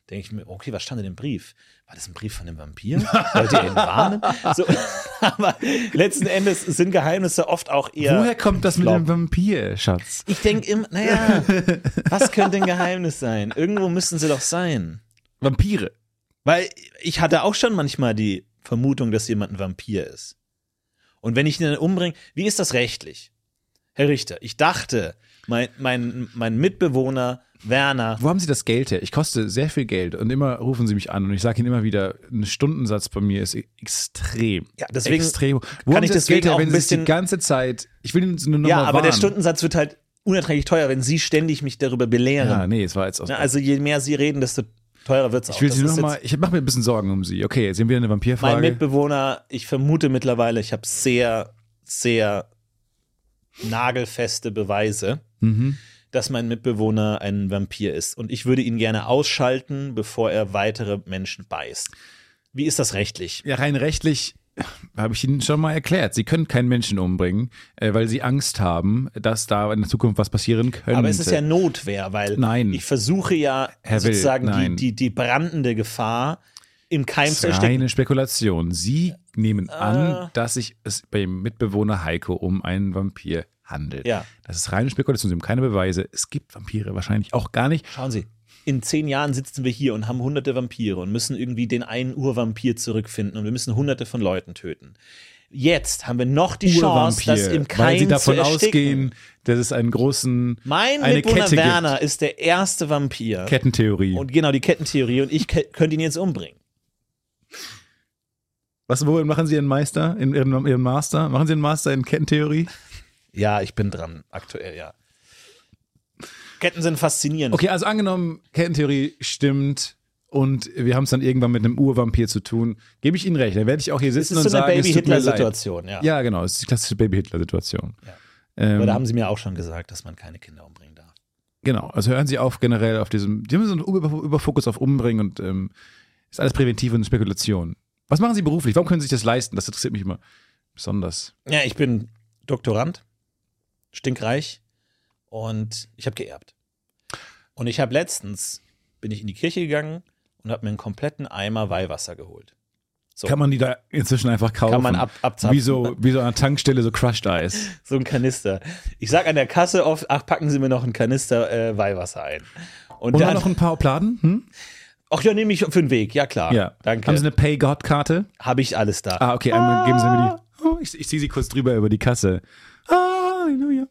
S2: denke ich mir, okay, was stand in dem Brief? War das ein Brief von einem Vampir? Wollte er ihn warnen? So, *laughs* aber letzten Endes sind Geheimnisse oft auch eher.
S4: Woher kommt das mit
S2: Glaub-
S4: dem Vampir, Schatz?
S2: Ich denke immer, naja, was könnte ein Geheimnis sein? Irgendwo müssen sie doch sein.
S4: Vampire.
S2: Weil ich hatte auch schon manchmal die Vermutung, dass jemand ein Vampir ist. Und wenn ich ihn dann umbringe, wie ist das rechtlich? Herr Richter, ich dachte, mein, mein, mein Mitbewohner Werner
S4: Wo haben Sie das Geld her? Ich koste sehr viel Geld und immer rufen Sie mich an und ich sage Ihnen immer wieder, ein Stundensatz bei mir ist e- extrem.
S2: Ja, deswegen
S4: extrem. Wo
S2: kann
S4: haben
S2: ich
S4: Sie das
S2: deswegen
S4: Geld her,
S2: auch
S4: wenn
S2: ein
S4: Sie sich
S2: bisschen-
S4: die ganze Zeit, ich will Ihnen nur nochmal
S2: Ja, aber der
S4: warnen.
S2: Stundensatz wird halt unerträglich teuer, wenn Sie ständig mich darüber
S4: Ja,
S2: belehren.
S4: nee, es war jetzt aus.
S2: Ne, Also je mehr Sie reden, desto teurer wird es auch.
S4: ich will
S2: Das
S4: Sie
S2: ist
S4: nochmal,
S2: jetzt
S4: ich mache mir ein bisschen Sorgen um Sie. Okay, jetzt sehen wir eine
S2: Mein
S4: Vampirfrage.
S2: Mitbewohner, ich vermute mittlerweile, ich habe sehr, sehr nagelfeste Beweise,
S4: Mhm.
S2: dass mein Mitbewohner ein Vampir ist. Und ich würde ihn gerne ausschalten, bevor er weitere Menschen beißt. Wie ist das rechtlich?
S4: Ja, rein rechtlich habe ich Ihnen schon mal erklärt. Sie können keinen Menschen umbringen, äh, weil Sie Angst haben, dass da in der Zukunft was passieren könnte.
S2: Aber es ist ja Notwehr, weil
S4: Nein.
S2: ich versuche ja
S4: Herr Will,
S2: sozusagen
S4: nein.
S2: die, die, die brandende Gefahr im Keim zu ersticken.
S4: reine Spekulation. Sie
S2: Äh.
S4: nehmen an, dass sich es beim Mitbewohner Heiko um einen Vampir handelt.
S2: Ja.
S4: Das ist reine Spekulation. Sie haben keine Beweise. Es gibt Vampire wahrscheinlich auch gar nicht.
S2: Schauen Sie, in zehn Jahren sitzen wir hier und haben hunderte Vampire und müssen irgendwie den einen Urvampir zurückfinden und wir müssen hunderte von Leuten töten. Jetzt haben wir noch die Chance, das im Keim
S4: weil Sie davon
S2: zu ersticken.
S4: ausgehen, dass es einen großen
S2: mein
S4: eine
S2: Mitbewohner
S4: Kette
S2: Werner
S4: gibt.
S2: ist der erste Vampir.
S4: Kettentheorie.
S2: und genau, die Kettentheorie und ich ke- könnte ihn jetzt umbringen.
S4: Was, worin machen Sie Ihren Meister, in, Ihren, Ihren Master? Machen Sie einen Master in Kettentheorie?
S2: Ja, ich bin dran, aktuell, ja. Ketten sind faszinierend.
S4: Okay, also angenommen, Kettentheorie stimmt und wir haben es dann irgendwann mit einem Urvampir zu tun, gebe ich Ihnen recht. Dann werde ich auch hier
S2: Es
S4: sitzen
S2: ist
S4: und
S2: so eine
S4: sagen, es tut mir leid.
S2: Baby-Hitler-Situation, ja.
S4: Ja, genau, es ist die klassische Baby-Hitler-Situation. Ähm,
S2: Aber da haben sie mir auch schon gesagt, dass man keine Kinder umbringen darf.
S4: Genau, also hören Sie auf generell auf diesem, die haben so einen Über Überfokus auf Umbringen und ähm, ist alles präventiv und Spekulation. Was machen Sie beruflich? Warum können Sie sich das leisten? Das interessiert mich immer besonders.
S2: Ja, ich bin Doktorand, stinkreich und ich habe geerbt. Und ich habe letztens, bin ich in die Kirche gegangen und habe mir einen kompletten Eimer Weihwasser geholt. So,
S4: Kann man die da inzwischen einfach kaufen?
S2: Kann man ab- abzapfen.
S4: Wie so, wie so an der Tankstelle, so Crushed Eis.
S2: so ein Kanister. Ich sag an der Kasse oft, ach, packen Sie mir noch einen Kanister äh, Weihwasser ein. Und,
S4: Und
S2: dann,
S4: dann noch ein paar Opladen? Hm?
S2: ach ja, nehme ich für den Weg, ja klar.
S4: Ja.
S2: Ah, Danke.
S4: Haben
S2: Habe
S4: Sie eine Pay-God-Karte?
S2: hab ich alles da.
S4: Ah, okay, einmal geben Sie mir die. Oh, ich ich ziehe sie kurz drüber über die Kasse. Ah, Halleluja.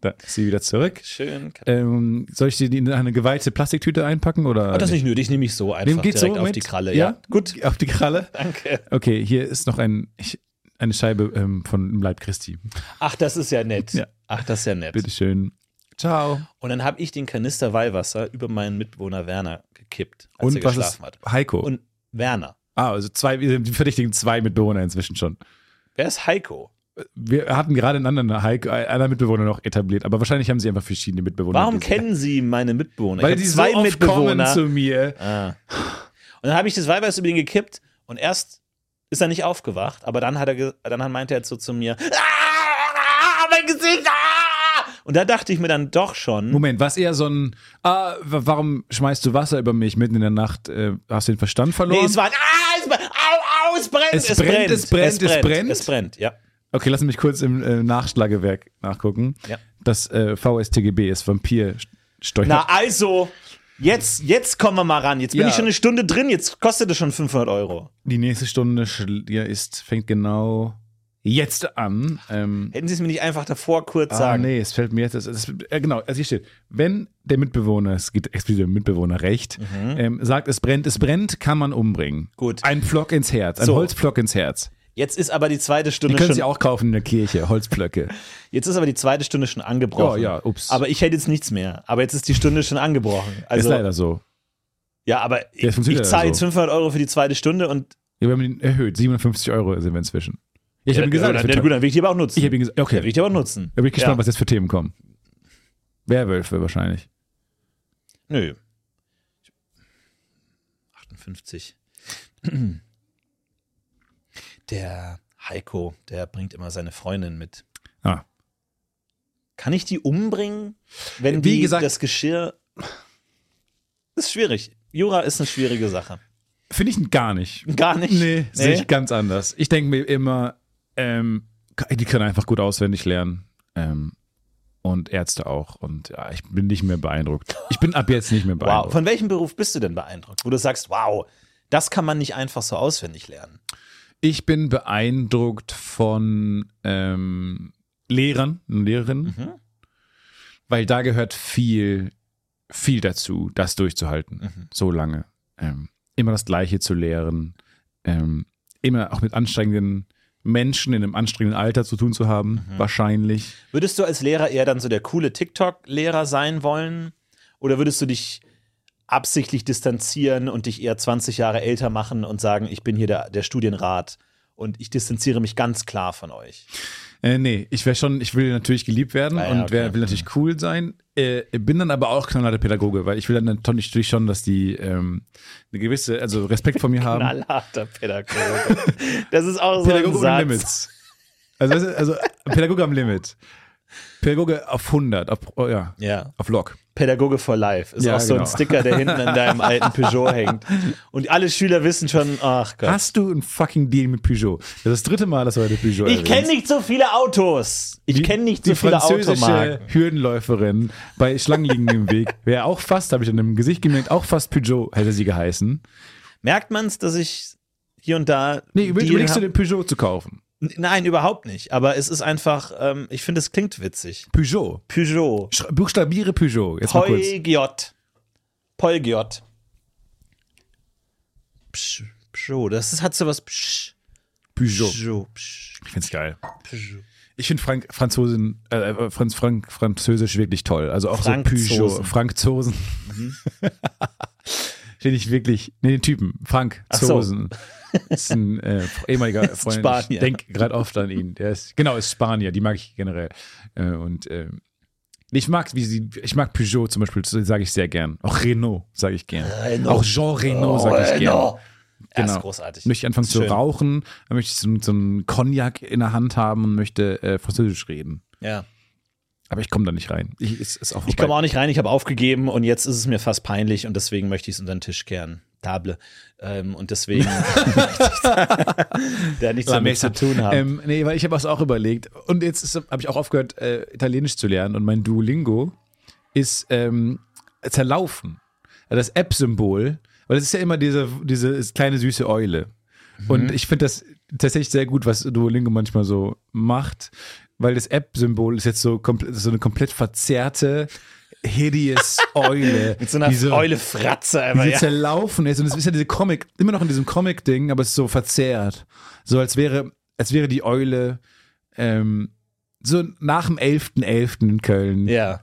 S4: Da ist sie wieder zurück.
S2: Schön.
S4: Ähm, soll ich sie in eine geweihte Plastiktüte einpacken oder?
S2: Ach, Ah, das ist nicht nötig, nehme ich so einfach
S4: Dem geht's
S2: direkt
S4: so
S2: auf
S4: mit?
S2: die Kralle.
S4: Ja?
S2: Ja, gut.
S4: Auf die Kralle.
S2: Danke.
S4: Okay, hier ist noch ein, ich, eine Scheibe ähm, von dem Leib Christi.
S2: Ach, das ist ja nett.
S4: Ja.
S2: Ach, das ist ja nett.
S4: Bitteschön. Ciao.
S2: Und dann habe ich den Kanister Weihwasser über meinen Mitbewohner Werner gekippt, als er
S4: Und was ist
S2: geschlafen hat.
S4: Heiko?
S2: Und Werner.
S4: ah, also zwei, die verdächtigen zwei Mitbewohner inzwischen schon.
S2: Wer ist Heiko?
S4: Wir hatten gerade einen anderen Heiko, einen anderen Mitbewohner noch etabliert, aber wahrscheinlich haben sie einfach verschiedene Mitbewohner.
S2: Warum
S4: kennen
S2: kennen Sie meine Mitbewohner?
S4: Weil
S2: ich hab
S4: die so
S2: zwei
S4: oft kommen
S2: Mitbewohner.
S4: zu mir.
S2: ah. Und dann habe ich das Weihwasser über ihn gekippt und erst ist er nicht aufgewacht, aber dann hat er, ge- dann meinte er so zu mir, ah, mein Gesicht, ah! Und da dachte ich mir dann doch schon,
S4: Moment, was eher so ein, ah, w- warum schmeißt du Wasser über mich mitten in der Nacht? Äh, hast du den Verstand verloren?
S2: nee, es war ein, ah, es, brennt, au, au, es brennt,
S4: Es brennt, es brennt, es brennt.
S2: es brennt, ja.
S4: okay, lass mich kurz im äh, Nachschlagewerk nachgucken.
S2: Ja.
S4: Das äh, VSTGB ist Vampirsteuer.
S2: Na also, jetzt, jetzt kommen wir mal ran. Jetzt bin
S4: Ja.
S2: ich schon eine Stunde drin, jetzt kostet es schon 500 Euro.
S4: Die nächste Stunde schl- ja, ist, fängt genau jetzt an. Ähm,
S2: Hätten Sie es mir nicht einfach davor kurz
S4: ah,
S2: sagen.
S4: nee, es fällt mir jetzt. Es, es, äh, genau, also hier steht, wenn der Mitbewohner, es geht explizit um Mitbewohner recht, ähm, sagt, es brennt, es brennt, kann man umbringen.
S2: Mhm. Gut.
S4: Ein Pflock ins Herz, ein
S2: So.
S4: Holzpflock ins Herz.
S2: Jetzt ist aber die zweite Stunde
S4: Können
S2: schon,
S4: Sie auch kaufen in der Kirche, Holzpflöcke.
S2: jetzt ist aber die zweite Stunde schon angebrochen.
S4: Ja, ja, ups.
S2: Aber ich hätte jetzt nichts mehr. Aber jetzt ist die Stunde schon angebrochen. Also,
S4: ist leider so.
S2: ja, aber ich,
S4: funktioniert
S2: ich zahle
S4: leider
S2: jetzt
S4: so.
S2: 500 Euro für die zweite Stunde und
S4: Ja, wir haben ihn erhöht. 750 Euro sind wir inzwischen. Ja, ich habe ihm gesagt,
S2: ja,
S4: es
S2: dann,
S4: wird
S2: ja, äh,
S4: teuer.
S2: gut, dann will ich die aber auch nutzen.
S4: ich habe ihm gesagt, okay,
S2: dann will ich die aber auch nutzen.
S4: da bin ich gespannt,
S2: ja.
S4: was jetzt für Themen kommen. Werwölfe wahrscheinlich.
S2: Nö. 58. Der Heiko, der bringt immer seine Freundin mit.
S4: Ah.
S2: Kann ich die umbringen, wenn
S4: Wie
S2: die
S4: gesagt-
S2: das Geschirr. Ist schwierig. Jura ist eine schwierige Sache.
S4: Finde ich gar nicht.
S2: Gar nicht.
S4: Nee, sehe ich ganz anders. Ich denke mir immer, ähm, die können einfach gut auswendig lernen. Ähm, und Ärzte auch. Und ja, ich bin nicht mehr beeindruckt. Ich bin ab jetzt nicht mehr
S2: Wow.
S4: beeindruckt.
S2: Von welchem Beruf bist du denn beeindruckt, wo du sagst, wow, das kann man nicht einfach so auswendig lernen?
S4: Ich bin beeindruckt von ähm, Lehrern und Lehrerinnen,
S2: Mhm.
S4: weil da gehört viel, viel dazu, das durchzuhalten.
S2: Mhm.
S4: So lange. Ähm, immer das Gleiche zu lehren. Ähm, immer auch mit anstrengenden Menschen in einem anstrengenden Alter zu tun zu haben,
S2: Mhm.
S4: wahrscheinlich.
S2: Würdest du als Lehrer eher dann so der coole TikTok-Lehrer sein wollen? Oder würdest du dich absichtlich distanzieren und dich eher 20 Jahre älter machen und sagen, ich bin hier der, der Studienrat Und ich distanziere mich ganz klar von euch.
S4: Äh, nee, ich wäre schon, ich will natürlich geliebt werden
S2: Ah ja,
S4: und wer,
S2: okay.
S4: will natürlich cool sein. Äh, bin dann aber auch knallharter Pädagoge, weil ich will dann natürlich schon, dass die ähm, eine gewisse, also Respekt
S2: *laughs*
S4: vor mir haben.
S2: Knallharter Pädagoge. *laughs* Das ist auch so
S4: Pädagoge
S2: ein Satz.
S4: am Limit. Also, weißt du, also Pädagoge am Limit. Pädagoge auf 100, auf, oh, ja,
S2: Ja.
S4: auf Lock.
S2: Pädagoge for Life ist
S4: Ja,
S2: auch so
S4: genau.
S2: ein Sticker, der hinten an deinem alten Peugeot hängt. Und alle Schüler wissen schon, ach Gott.
S4: Hast du einen fucking Deal mit Peugeot? Das ist das dritte Mal, dass du heute Peugeot
S2: Ich kenne
S4: erwähnst.
S2: nicht so viele Autos. Ich kenne nicht so
S4: die
S2: viele
S4: französische
S2: Automarken.
S4: Hürdenläuferin bei Schlangen liegen im Weg. Wäre auch fast, habe ich an dem Gesicht gemerkt, auch fast Peugeot hätte sie geheißen.
S2: Merkt man es, dass ich hier und da.
S4: Nee, über,
S2: Deal
S4: überlegst du
S2: hab-
S4: den Peugeot zu kaufen?
S2: Nein, überhaupt nicht. Aber es ist einfach, ähm, ich finde, es klingt witzig.
S4: Peugeot.
S2: Peugeot.
S4: Sch buchstabiere Peugeot. Jetzt mal kurz.
S2: Polgiot. Polgiot. Psch, Peugeot. Das ist, hat sowas. Psch,
S4: Peugeot.
S2: Peugeot. Psch,
S4: Ich find's geil.
S2: Peugeot.
S4: Ich finde Frank Franzosen, äh, äh, Franz, Frank, Französisch wirklich toll. Also auch
S2: Frankzosen.
S4: so Peugeot, Frankzosen.
S2: Mhm.
S4: *laughs* Finde ich wirklich, nee, den Typen, Frank
S2: so.
S4: Zosen. Ist ein äh,
S2: *laughs*
S4: ehemaliger
S2: Ist
S4: Freund. Ich
S2: Spanier.
S4: denke gerade oft an ihn. Der ist, genau, ist Spanier, die mag ich generell. Äh, und äh, ich mag, wie sie, ich mag Peugeot zum Beispiel, sage ich sehr gern. Auch Renault sage ich gern.
S2: Ah,
S4: Auch Jean
S2: Oh,
S4: Renault sage Oh,
S2: Das
S4: ich gern. Genau.
S2: äh, ist großartig.
S4: möchte ich anfangen zu
S2: Schön.
S4: rauchen, dann möchte ich so, so einen Cognac in der Hand haben und möchte äh, Französisch reden.
S2: Ja.
S4: Aber ich komme da nicht rein. Ich, es ist auch
S2: Ich komme auch nicht rein, ich habe aufgegeben und jetzt ist es mir fast peinlich und deswegen möchte ich es unter den Tisch kehren. Table. Ähm, und deswegen *laughs* möchte ich
S4: *laughs*
S2: da, da nichts damit zu tun haben.
S4: Ähm, nee, weil ich habe es auch überlegt. Und jetzt habe ich auch aufgehört, äh, Italienisch zu lernen. Und mein Duolingo ist ähm, zerlaufen. Also Das App-Symbol, weil es ist ja immer diese, diese kleine süße Eule.
S2: Mhm.
S4: Und ich finde das tatsächlich sehr gut, was Duolingo manchmal so macht, weil das App-Symbol ist jetzt so, komple- so eine komplett verzerrte,
S2: *laughs*
S4: hideous Eule.
S2: Mit so einer
S4: Diese-
S2: Eule-Fratze einfach.
S4: die
S2: Ja.
S4: zerlaufen ist und es ist ja diese Comic, immer noch in diesem Comic-Ding, aber es ist so verzerrt. So als wäre, als wäre die Eule ähm, so nach dem 11.11. in Köln.
S2: ja.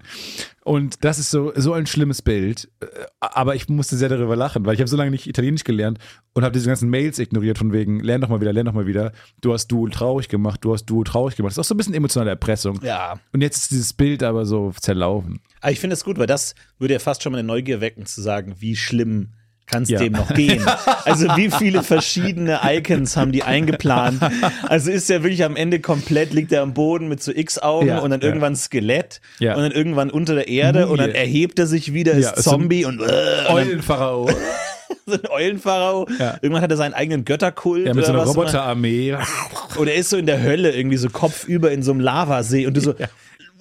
S4: Und das ist so, so ein schlimmes Bild. Äh, Aber ich musste sehr darüber lachen, weil ich habe so lange nicht Italienisch gelernt und habe diese ganzen Mails ignoriert von wegen, lern doch mal wieder, lern doch mal wieder. Du hast Duo traurig gemacht, du hast Duo traurig gemacht. Das ist auch so ein bisschen emotionale Erpressung.
S2: Ja.
S4: Und jetzt ist dieses Bild aber so zerlaufen.
S2: Aber ich finde es gut, weil das würde ja fast schon mal eine Neugier wecken, zu sagen, wie schlimm kann es
S4: Ja.
S2: dem noch gehen? Also wie viele verschiedene Icons haben die eingeplant? Also ist ja wirklich am Ende komplett, liegt er am Boden mit so X-Augen
S4: Ja,
S2: und dann
S4: ja.
S2: irgendwann Skelett
S4: Ja.
S2: und dann irgendwann unter der Erde und dann
S4: Mumie.
S2: erhebt er sich wieder, ist
S4: Ja, ist so ein-
S2: Zombie und, äh, und dann
S4: Eulenpharao.
S2: *laughs* so ein Eulenpharao.
S4: Ja.
S2: Irgendwann hat er seinen eigenen Götterkult
S4: Ja, mit
S2: oder
S4: so einer
S2: was.
S4: Roboterarmee.
S2: *laughs* Oder er ist so in der Hölle irgendwie so kopfüber in so einem Lavasee und du so,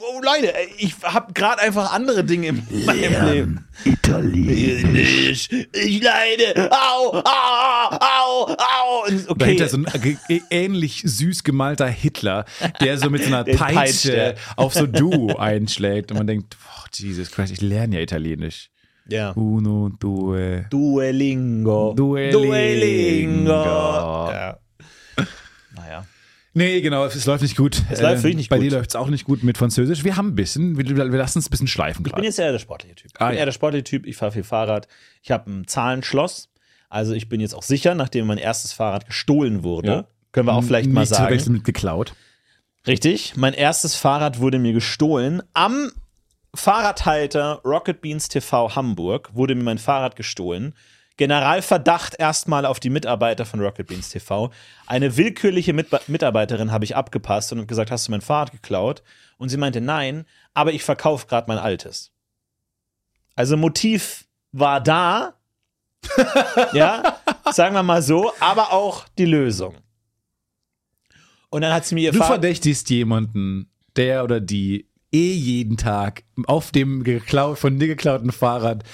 S2: oh Leute, ey, ich habe gerade einfach andere Dinge in meinem Leben. Italienisch. Ich leide. Au, au, au, au. Und Okay.
S4: Dahinter so ein
S2: *laughs*
S4: ge- ge- ähnlich süß gemalter Hitler, der so mit
S2: *laughs*
S4: so einer
S2: Den
S4: Peitsche,
S2: peitscht er.
S4: *laughs*
S2: *laughs*
S4: auf so Duo einschlägt und man denkt, oh, Jesus Christ, ich lerne ja Italienisch.
S2: ja.
S4: Uno, due.
S2: Duelingo.
S4: Duelingo.
S2: Ja. Naja.
S4: Nee, genau, es läuft nicht gut. Es
S2: läuft wirklich nicht
S4: bei
S2: gut.
S4: dir läuft es auch nicht gut mit Französisch. Wir haben ein bisschen, wir, wir lassen es ein bisschen schleifen
S2: Ich bin
S4: gerade.
S2: jetzt eher der sportliche Typ. Ich
S4: Ah,
S2: bin
S4: ja.
S2: eher der sportliche Typ, ich fahre viel Fahrrad. Ich habe ein Zahlenschloss. Also ich bin jetzt auch sicher, nachdem mein erstes Fahrrad gestohlen wurde,
S4: Ja.
S2: können wir auch vielleicht mal
S4: Nicht zu
S2: sagen.
S4: verwechseln mit geklaut.
S2: Richtig, mein erstes Fahrrad wurde mir gestohlen. Am Fahrradhalter Rocket Beans TV Hamburg wurde mir mein Fahrrad gestohlen. Generalverdacht erstmal auf die Mitarbeiter von Rocket Beans TV. Eine willkürliche Mit Mitarbeiterin habe ich abgepasst und habe gesagt, hast du mein Fahrrad geklaut? Und sie meinte, nein, aber ich verkaufe gerade mein altes. Also Motiv war da, ja, sagen wir mal so, aber auch die Lösung. Und dann hat sie mir ihr
S4: Du
S2: Fahrrad
S4: verdächtigst jemanden, der oder die eh jeden Tag auf dem geklau von dir geklauten Fahrrad.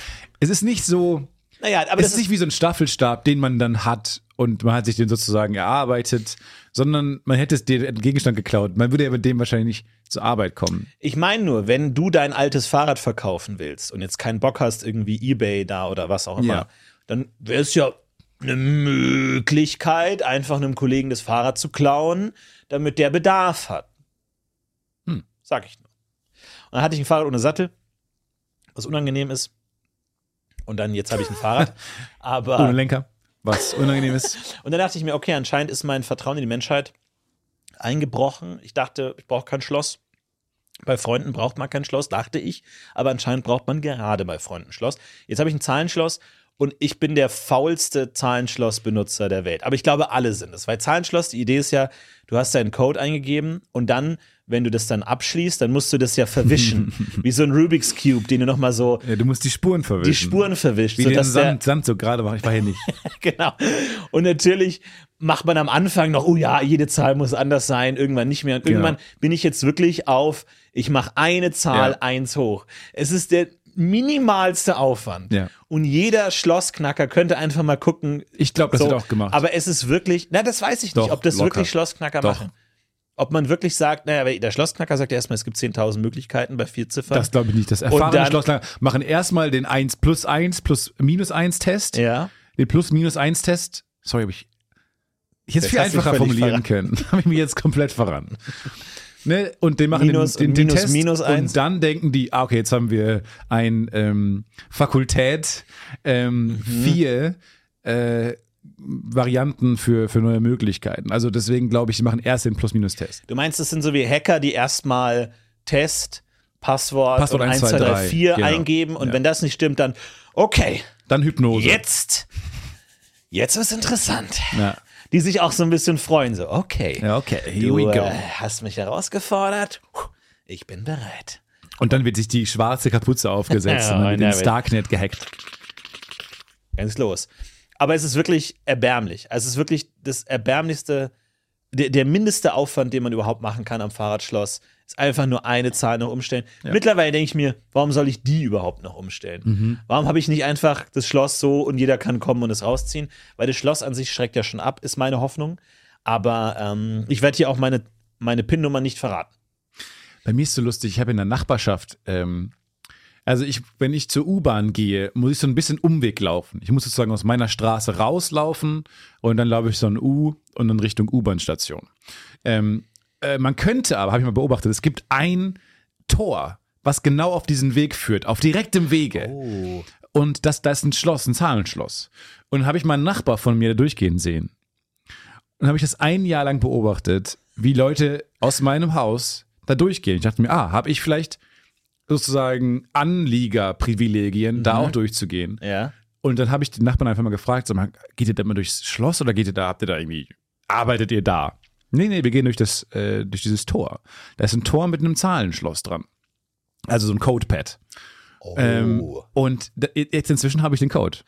S4: Es ist nicht so,
S2: Naja, aber
S4: es
S2: das
S4: ist
S2: ist,
S4: nicht wie so ein Staffelstab, den man dann hat und man hat sich den sozusagen erarbeitet, sondern man hätte es dir den Gegenstand geklaut. Man würde ja mit dem wahrscheinlich nicht zur Arbeit kommen.
S2: ich meine nur, wenn du dein altes Fahrrad verkaufen willst und jetzt keinen Bock hast, irgendwie Ebay da oder was auch immer,
S4: Ja.
S2: dann wäre es ja eine Möglichkeit, einfach einem Kollegen das Fahrrad zu klauen, damit der Bedarf hat.
S4: Hm.
S2: Sag ich nur. Und dann hatte ich ein Fahrrad ohne Sattel,
S4: *laughs*
S2: was unangenehm ist. Und dann jetzt habe ich ein Fahrrad, aber
S4: Ohne Lenker. was unangenehm ist.
S2: Und dann dachte ich mir, okay, anscheinend ist mein Vertrauen in die Menschheit eingebrochen. Ich dachte, ich brauche kein Schloss. Bei Freunden braucht man kein Schloss, dachte ich. Aber anscheinend braucht man gerade bei Freunden ein Schloss. Jetzt habe ich ein Zahlenschloss und ich bin der faulste Zahlenschloss-Benutzer der Welt. Aber ich glaube, alle sind es. Weil Zahlenschloss, die Idee ist ja, du hast deinen Code eingegeben und dann, wenn du das dann abschließt, dann musst du das ja
S4: *laughs*
S2: verwischen. wie so ein Rubik's Cube, den du nochmal so
S4: Ja, du musst die Spuren verwischen.
S2: die Spuren verwischt.
S4: Wie den
S2: sodass der-
S4: Sand, Sand so gerade machen. Ich war hier nicht.
S2: *laughs* genau. Und natürlich macht man am Anfang noch, oh ja, jede Zahl muss anders sein, irgendwann nicht mehr. Und irgendwann bin ich jetzt wirklich auf, ich mache eine Zahl
S4: Ja.
S2: eins hoch. Es ist der minimalste Aufwand.
S4: Ja.
S2: Und jeder Schlossknacker könnte einfach mal gucken.
S4: Ich glaube, das wird auch gemacht.
S2: Aber es ist wirklich, na, das weiß ich nicht,
S4: Doch,
S2: ob das
S4: locker.
S2: wirklich Schlossknacker
S4: Doch.
S2: machen. Ob man wirklich sagt, naja, weil der Schlossknacker sagt ja erstmal, es gibt 10.000 Möglichkeiten bei vier Ziffern.
S4: das glaube ich nicht. Das
S2: Und dann-
S4: erfahrene Schlossler machen erstmal den 1 plus 1 plus minus 1 Test.
S2: ja.
S4: Den plus minus 1 Test. Sorry, habe ich jetzt
S2: Das
S4: viel
S2: hast du
S4: einfacher
S2: völlig
S4: formulieren
S2: verrannt.
S4: können. *laughs* habe ich mich jetzt komplett verrannt. Ne? Und den machen
S2: Minus
S4: den, den,
S2: und
S4: den
S2: minus,
S4: Test
S2: minus eins.
S4: und dann denken die, ah, okay, jetzt haben wir ein ähm, Fakultät,
S2: Mhm.
S4: ähm, vier äh, Varianten für, für neue Möglichkeiten. Also deswegen glaube ich, die machen erst den Plus-Minus-Test.
S2: Du meinst, das sind so wie Hacker, die erstmal Test, Passwort,
S4: Passwort
S2: und
S4: 1,
S2: 1, 2, 3, 4
S4: genau.
S2: eingeben und wenn das nicht stimmt, dann okay,
S4: Dann Hypnose.
S2: jetzt, jetzt ist interessant.
S4: Ja.
S2: Die sich auch so ein bisschen freuen, so okay,
S4: Ja, okay, here
S2: du
S4: we
S2: äh,
S4: go.
S2: hast mich herausgefordert, ich bin bereit.
S4: Und dann wird sich die schwarze
S2: *laughs*
S4: Kapuze aufgesetzt
S2: Ja,
S4: und dann wird
S2: I
S4: ins
S2: know it.
S4: Darknet gehackt.
S2: ganz los. Aber es ist wirklich erbärmlich. Also es ist wirklich das erbärmlichste, der, der mindeste Aufwand, den man überhaupt machen kann am Fahrradschloss, ist einfach nur eine Zahl noch umstellen. Mittlerweile denke ich mir, warum soll ich die überhaupt noch umstellen? Warum habe ich nicht einfach das Schloss so und jeder kann kommen und es rausziehen? Weil das Schloss an sich schreckt ja schon ab, ist meine Hoffnung. Aber ähm, ich werde hier auch meine, meine PIN-Nummer nicht verraten.
S4: Bei mir ist so lustig, ich habe in der Nachbarschaft, ähm, also ich, wenn ich zur U-Bahn gehe, muss ich so ein bisschen Umweg laufen. Ich muss sozusagen aus meiner Straße rauslaufen und dann laufe ich so ein U und dann Richtung U-Bahn-Station. Ähm, äh, man könnte aber, habe ich mal beobachtet, es gibt ein Tor, was genau auf diesen Weg führt, auf direktem Wege. Und das, da ist ein Schloss, ein Zahlenschloss. Und dann habe ich meinen Nachbar von mir da durchgehen sehen. Und dann habe ich das ein Jahr lang beobachtet, wie Leute aus meinem Haus da durchgehen. Ich dachte mir, ah, habe ich vielleicht sozusagen Anliegerprivilegien, da auch durchzugehen.
S2: Ja.
S4: Und dann habe ich den Nachbarn einfach mal gefragt, sag mal, geht ihr da mal durchs Schloss oder geht ihr da, habt ihr da irgendwie, arbeitet ihr da? Nee, nee, wir gehen durch, das, äh, durch dieses Tor. Da ist ein Tor mit einem Zahlenschloss dran. Also so ein Codepad. Ähm, Und da, jetzt inzwischen habe ich den Code.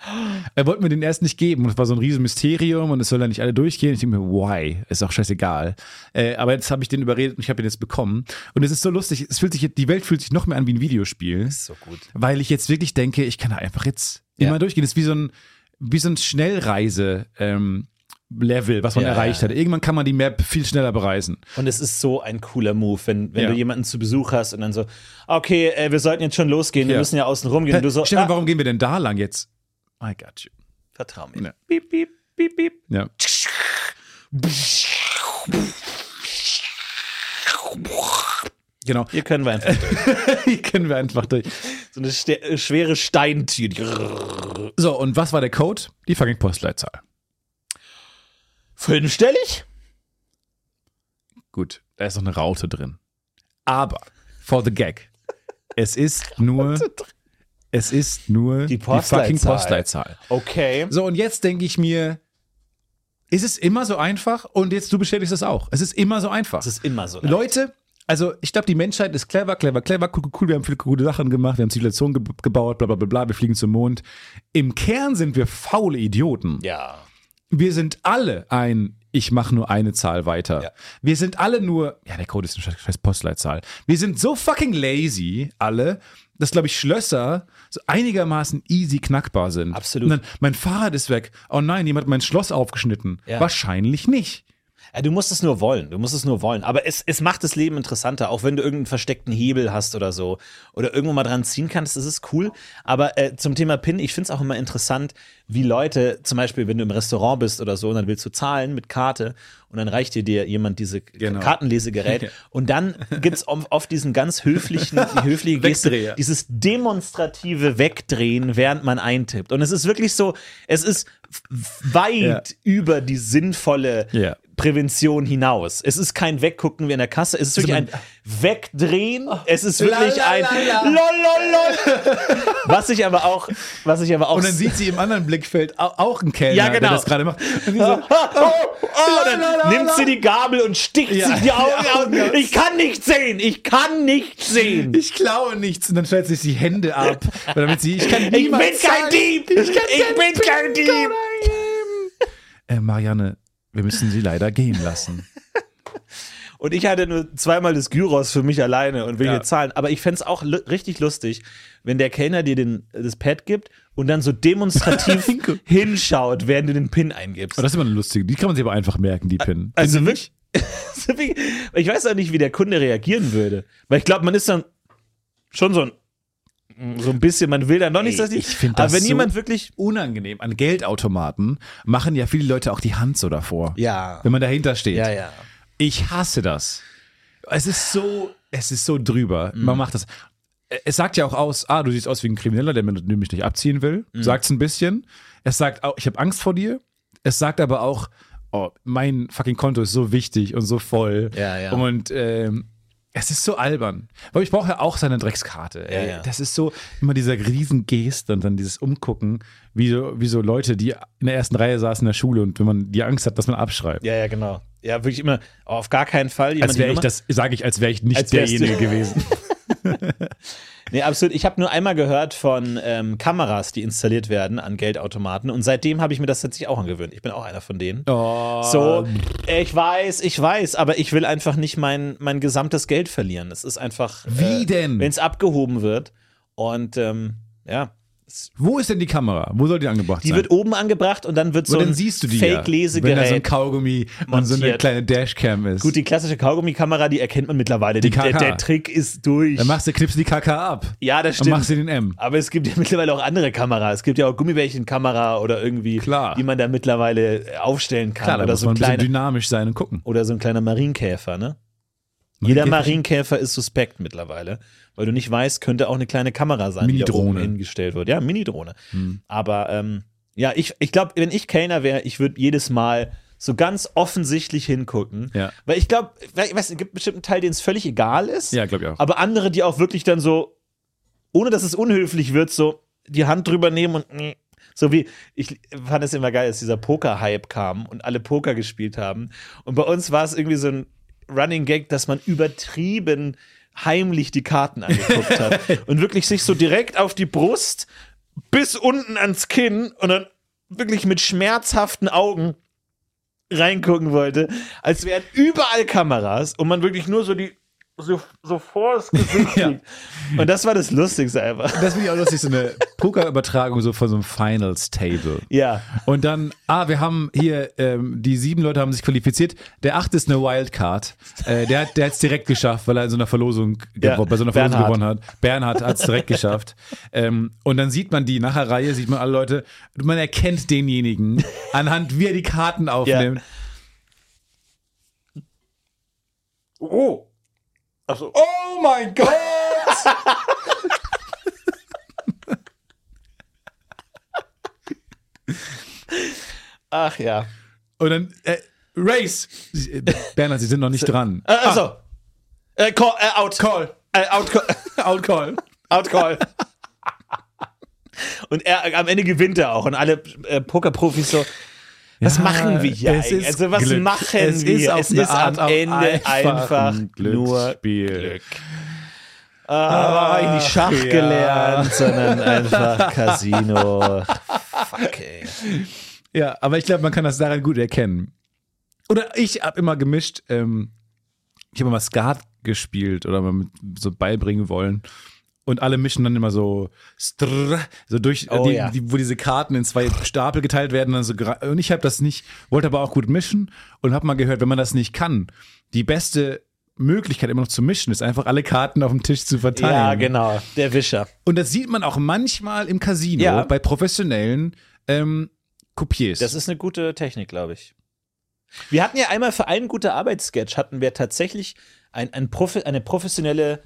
S4: Er wollte mir den erst nicht geben und es war so ein riesen Mysterium und es soll ja nicht alle durchgehen. Ich denke mir, why? Ist auch scheißegal. Äh, aber jetzt habe ich den überredet und ich habe ihn jetzt bekommen. Und es ist so lustig. Es fühlt sich, jetzt- die Welt fühlt sich noch mehr an wie ein Videospiel
S2: So gut.
S4: weil ich jetzt wirklich denke, ich kann da einfach jetzt immer durchgehen. Das ist wie so ein, wie so ein Schnellreise- ähm, Level, was man
S2: Ja.
S4: erreicht hat. Irgendwann kann man die Map viel schneller bereisen.
S2: Und es ist so ein cooler Move, wenn, wenn
S4: Ja.
S2: du jemanden zu Besuch hast und dann so, okay, äh, wir sollten jetzt schon losgehen, wir
S4: Ja.
S2: müssen ja außen rumgehen. Und du so,
S4: Stefan,
S2: ah,
S4: warum gehen wir denn da lang jetzt? I got you.
S2: vertrau mir.
S4: Ja.
S2: Piep, piep, piep, piep.
S4: Ja. Genau.
S2: Hier können wir einfach
S4: *laughs* Hier können wir einfach durch.
S2: so eine ste äh, schwere Steintür. die-
S4: So, und was war der Code? Die fucking Postleitzahl.
S2: Fünfstellig?
S4: Gut, da ist noch eine Raute drin. Aber, for the gag,
S2: *laughs*
S4: es ist nur, es ist nur
S2: Die
S4: fucking
S2: Postleitzahl.
S4: Postleitzahl.
S2: Okay.
S4: So, und jetzt denke ich mir, ist es immer so einfach? Und jetzt, du bestätigst es auch. Es ist immer so einfach.
S2: Das ist immer so.
S4: Leute, also ich glaube, die Menschheit ist clever, clever, clever, cool, cool, cool. Wir haben viele coole Sachen gemacht, wir haben Zivilisation ge gebaut, bla, bla, bla, bla, wir fliegen zum Mond. Im Kern sind wir faule Idioten.
S2: Ja.
S4: Wir sind alle ein, ich mache nur eine Zahl weiter.
S2: Ja.
S4: Wir sind alle nur, ja, der Code ist eine scheiß scheiß Postleitzahl. Wir sind so fucking lazy, alle, dass, glaube ich, Schlösser so einigermaßen easy knackbar sind.
S2: Absolut.
S4: Und dann, mein Fahrrad ist weg. Oh nein, jemand hat mein Schloss aufgeschnitten.
S2: Ja.
S4: Wahrscheinlich
S2: Ja,
S4: nicht.
S2: Äh, du musst es nur wollen, du musst es nur wollen. Aber es, es macht das Leben interessanter, auch wenn du irgendeinen versteckten Hebel hast oder so. Oder irgendwo mal dran ziehen kannst, das ist cool. Aber äh, zum Thema PIN, ich finde es auch immer interessant, wie Leute, zum Beispiel, wenn du im Restaurant bist oder so und dann willst du zahlen mit Karte und dann reicht dir, dir jemand diese
S4: Genau.
S2: Kartenlesegerät.
S4: *laughs*
S2: Und dann gibt es oft diesen ganz höflichen, die höfliche Geste,
S4: Wegdreher.
S2: dieses demonstrative Wegdrehen, während man eintippt. Und es ist wirklich so, es ist f- weit
S4: Ja.
S2: über die sinnvolle
S4: Ja.
S2: Prävention hinaus. Es ist kein Weggucken wie in der Kasse, es ist wirklich ein Wegdrehen. Es ist wirklich
S4: la,
S2: ein
S4: la, la.
S2: lol, lol, lol. Was ich aber auch, was ich aber auch.
S4: Und dann sieht sie im anderen Blickfeld au- auch einen Kellner,
S2: Ja, genau.
S4: der das gerade macht. Und die so,
S2: *laughs* oh, oh, dann
S4: La, la, la,
S2: nimmt
S4: la.
S2: sie die Gabel und stickt
S4: Ja,
S2: sich die Augen
S4: die Augen
S2: aus.
S4: aus.
S2: Ich kann nicht sehen, ich kann nicht sehen.
S4: ich klaue nichts. Und dann schneidet sie sich die Hände ab, weil damit sie, ich kann
S2: Ich bin
S4: niemand
S2: kein
S4: sagen,
S2: Dieb! Ich bin kein Dieb!
S4: Äh, Marianne, wir müssen sie leider gehen
S2: *laughs*
S4: lassen.
S2: Und ich hatte nur zweimal das Gyros für mich alleine und will
S4: Ja.
S2: hier zahlen. Aber ich fänd's auch lu- richtig lustig, wenn der Kellner dir den, das Pad gibt und dann so demonstrativ *laughs* hinschaut, während du den PIN eingibst.
S4: Aber das ist immer eine lustige. Die kann man sich aber einfach merken, die PIN.
S2: also wirklich. *laughs* ich weiß auch nicht, wie der Kunde reagieren würde. Weil ich glaube, man ist dann schon so ein, so ein bisschen, man will dann doch nicht,
S4: Ey,
S2: dass die.
S4: ich find
S2: aber
S4: das
S2: wenn
S4: so-
S2: jemand wirklich.
S4: Unangenehm. An Geldautomaten machen ja viele Leute auch die Hand so davor.
S2: Ja.
S4: Wenn man dahinter steht.
S2: Ja, ja.
S4: Ich hasse das. Es ist so, es ist so drüber.
S2: Mhm.
S4: Man macht das. Es sagt ja auch aus, ah, du siehst aus wie ein Krimineller, der mir nämlich nicht abziehen will.
S2: Mhm.
S4: Sagt es ein bisschen. Es sagt auch, ich habe Angst vor dir. Es sagt aber auch, oh, mein fucking Konto ist so wichtig und so voll.
S2: Ja, ja.
S4: Und ähm, es ist so albern. Aber ich brauche ja auch seine Dreckskarte. ey.
S2: Ja, ja.
S4: Das ist so immer dieser Riesengest und dann dieses Umgucken, wie so, wie so Leute, die in der ersten Reihe saßen in der Schule und wenn man die Angst hat, dass man abschreibt.
S2: Ja, ja, genau. Ja, wirklich immer. Auf gar keinen Fall. jemand
S4: Als
S2: die
S4: wäre Also ich
S2: Nummer-
S4: das, sage ich, als wäre ich nicht
S2: Als wärst du-
S4: derjenige gewesen.
S2: Nee, absolut. Ich habe nur einmal gehört von ähm, Kameras, die installiert werden an Geldautomaten. Und seitdem habe ich mir das tatsächlich auch angewöhnt. Ich bin auch einer von denen.
S4: Oh.
S2: So, ich weiß, ich weiß, aber ich will einfach nicht mein, mein gesamtes Geld verlieren. Es ist einfach.
S4: *laughs*
S2: äh,
S4: Wie denn?
S2: Wenn es abgehoben wird. Und ähm, ja.
S4: Wo ist denn die Kamera? Wo soll die angebracht
S2: Die
S4: sein?
S2: wird oben angebracht und dann wird so
S4: und dann
S2: ein
S4: siehst du die ja, wenn da so ein
S2: Fake-Lesegerät.
S4: Kaugummi und so eine
S2: montiert.
S4: kleine Dashcam ist.
S2: Gut, die klassische Kaugummi-Kamera, die erkennt man mittlerweile.
S4: Die
S2: der,
S4: KK.
S2: der Trick ist durch.
S4: dann machst du, knippst du die KK ab.
S2: ja, das
S4: Dann
S2: stimmt.
S4: machst du den M.
S2: Aber es gibt ja mittlerweile auch andere Kameras. Es gibt ja auch Gummibärchenkamera oder irgendwie,
S4: Klar.
S2: die man da mittlerweile aufstellen kann.
S4: Klar, da
S2: oder,
S4: muss
S2: so
S4: man
S2: ein
S4: ein bisschen
S2: kleiner,
S4: dynamisch sein und gucken.
S2: oder so ein kleiner Marienkäfer, ne? Jeder
S4: Marienkäfer-
S2: Marienkäfer ist suspekt mittlerweile, weil du nicht weißt, könnte auch eine kleine Kamera sein, die da
S4: Minidrohne. Hm.
S2: oben hingestellt wird. Ja, Minidrohne. Aber ähm, ja, ich, ich glaube, wenn ich Kellner wäre, ich würde jedes Mal so ganz offensichtlich hingucken.
S4: Ja.
S2: Weil ich glaube, ich weiß, es gibt bestimmt einen Teil, denen es völlig egal ist.
S4: Ja, glaube ich auch.
S2: Aber andere, die auch wirklich dann so, ohne dass es unhöflich wird, so die Hand drüber nehmen und mm. so wie, ich fand es immer geil, als dieser Poker-Hype kam und alle Poker gespielt haben. Und bei uns war es irgendwie so ein Running Gag, dass man übertrieben heimlich die Karten angeguckt hat und wirklich sich so direkt auf die Brust bis unten ans Kinn und dann wirklich mit schmerzhaften Augen reingucken wollte, als wären überall Kameras und man wirklich nur so die so, so vor das
S4: *laughs*
S2: Gesicht
S4: Ja.
S2: liegt. Und das war das Lustigste einfach.
S4: Das finde ich auch lustig,
S2: *laughs*
S4: so eine Pokerübertragung so von so einem Finals-Table.
S2: Ja.
S4: Und dann, ah, wir haben hier, ähm, die sieben Leute haben sich qualifiziert. Der achte ist eine Wildcard. Äh, der hat der hat's direkt geschafft, weil er in so einer Verlosung,
S2: Ja,
S4: gewo- bei so einer Verlosung
S2: Bernhard.
S4: gewonnen hat. Bernhard hat's direkt geschafft. Ähm, und dann sieht man die, nach der Reihe sieht man alle Leute. Und Man erkennt denjenigen anhand, wie er die Karten aufnimmt.
S2: Oh. Achso.
S4: Oh mein Gott!
S2: Ach ja.
S4: Und dann, äh, Race! Bernhard, Sie sind noch nicht dran.
S2: Äh, also. Äh, call, äh, out.
S4: Ah. Call!
S2: Äh, out, call.
S4: Out call!
S2: *laughs* out call. Und er äh, am Ende gewinnt er auch. Und alle äh, Pokerprofis so. Was
S4: Ja,
S2: machen wir hier
S4: es
S2: eigentlich?
S4: ist
S2: Also was
S4: Glück.
S2: machen
S4: Es
S2: wir?
S4: ist auf
S2: es
S4: eine
S2: ist
S4: Art
S2: am
S4: auch
S2: Ende
S4: einfach
S2: einfach
S4: ein
S2: nur
S4: Glücksspiel.
S2: Glück. Ah, nicht Schach
S4: ja.
S2: gelernt, *laughs* sondern einfach Casino. Fuck, ey.
S4: Ja, aber ich glaube, man kann das daran gut erkennen. Oder ich habe immer gemischt, ähm, ich habe immer Skat gespielt oder mal mit so beibringen wollen. und alle mischen dann immer so strrr, so durch, äh,
S2: Oh,
S4: die,
S2: ja.
S4: die, wo diese Karten in zwei Stapel geteilt werden. Dann so, gra- und ich habe das nicht, wollte aber auch gut mischen und habe mal gehört, wenn man das nicht kann, die beste Möglichkeit immer noch zu mischen ist einfach alle Karten auf dem Tisch zu verteilen.
S2: Ja, genau. Der Wischer.
S4: Und das sieht man auch manchmal im Casino
S2: Ja.
S4: bei professionellen ähm, Kopiers.
S2: Das ist eine gute Technik, glaube ich. Wir hatten ja einmal für einen gute Arbeitssketch, hatten wir tatsächlich ein, ein Profi, eine professionelle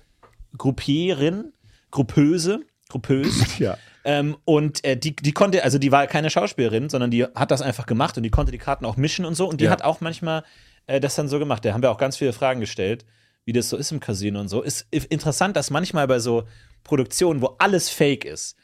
S2: Gruppierin, Gruppöse, Gruppös.
S4: Ja.
S2: Ähm, und äh, die, die konnte, also die war keine Schauspielerin, sondern die hat das einfach gemacht und die konnte die Karten auch mischen und so. Und die
S4: Ja.
S2: hat auch manchmal äh, das dann so gemacht. Da haben wir auch ganz viele Fragen gestellt, wie das so ist im Casino und so. Ist i- interessant, dass manchmal bei so Produktionen, wo alles fake ist,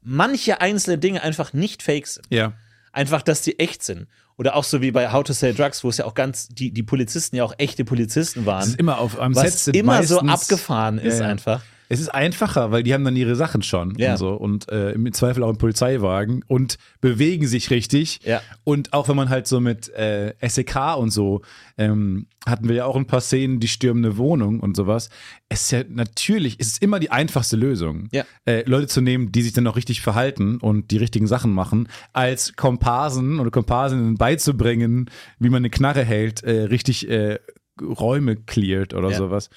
S2: manche einzelne Dinge einfach nicht fake sind.
S4: ja.
S2: Einfach, dass die echt sind. Oder auch so wie bei How to Sell Drugs, wo es ja auch ganz, die, die Polizisten ja auch echte Polizisten
S4: Das
S2: waren.
S4: ist immer auf am Set
S2: was
S4: sind
S2: immer so
S4: meistens-
S2: abgefahren ist
S4: Ja, ja.
S2: einfach.
S4: Es ist einfacher, weil die haben dann ihre Sachen schon
S2: Ja.
S4: und so und äh, im Zweifel auch im Polizeiwagen und bewegen sich richtig.
S2: Ja.
S4: Und auch wenn man halt so mit äh, SEK und so ähm, hatten wir ja auch ein paar Szenen, die stürmen eine Wohnung und sowas. Es ist ja natürlich, es ist immer die einfachste Lösung,
S2: Ja.
S4: äh, Leute zu nehmen, die sich dann auch richtig verhalten und die richtigen Sachen machen, als Komparsen oder Komparsinnen beizubringen, wie man eine Knarre hält, äh, richtig äh, Räume cleart oder
S2: Ja.
S4: sowas.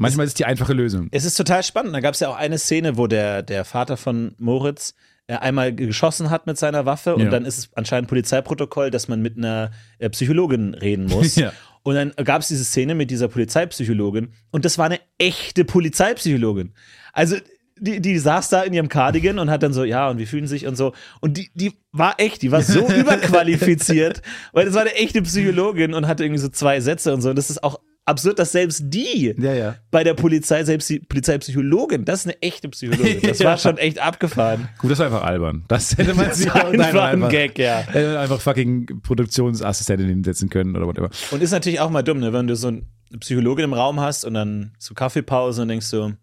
S4: Manchmal ist es die einfache Lösung.
S2: Es ist total spannend. Da gab es ja auch eine Szene, wo der, der Vater von Moritz äh, einmal geschossen hat mit seiner Waffe und
S4: Ja.
S2: dann ist es anscheinend Polizeiprotokoll, dass man mit einer äh, Psychologin reden muss.
S4: *laughs* Ja.
S2: Und dann gab es diese Szene mit dieser Polizeipsychologin und das war eine echte Polizeipsychologin. Also die, die saß da in ihrem Cardigan und hat dann so, ja, und wie fühlen sie sich und so. Und die, die war echt, die war
S4: *laughs*
S2: so überqualifiziert, weil das war eine echte Psychologin und hatte irgendwie so zwei Sätze und so. Und das ist auch absurd, dass selbst die
S4: Ja, ja.
S2: bei der Polizei, selbst die Polizeipsychologin, das ist eine echte Psychologin.
S4: *laughs*
S2: Das war schon echt abgefahren.
S4: Gut, das war einfach albern.
S2: *laughs*
S4: Das hätte man
S2: Das
S4: sich
S2: war
S4: Also nein,
S2: einfach ein Gag, ja.
S4: Hätte man einfach fucking Produktionsassistentin hinsetzen können oder whatever.
S2: Und ist natürlich auch mal dumm, ne? wenn du so eine Psychologin im Raum hast und dann so Kaffeepause und denkst so,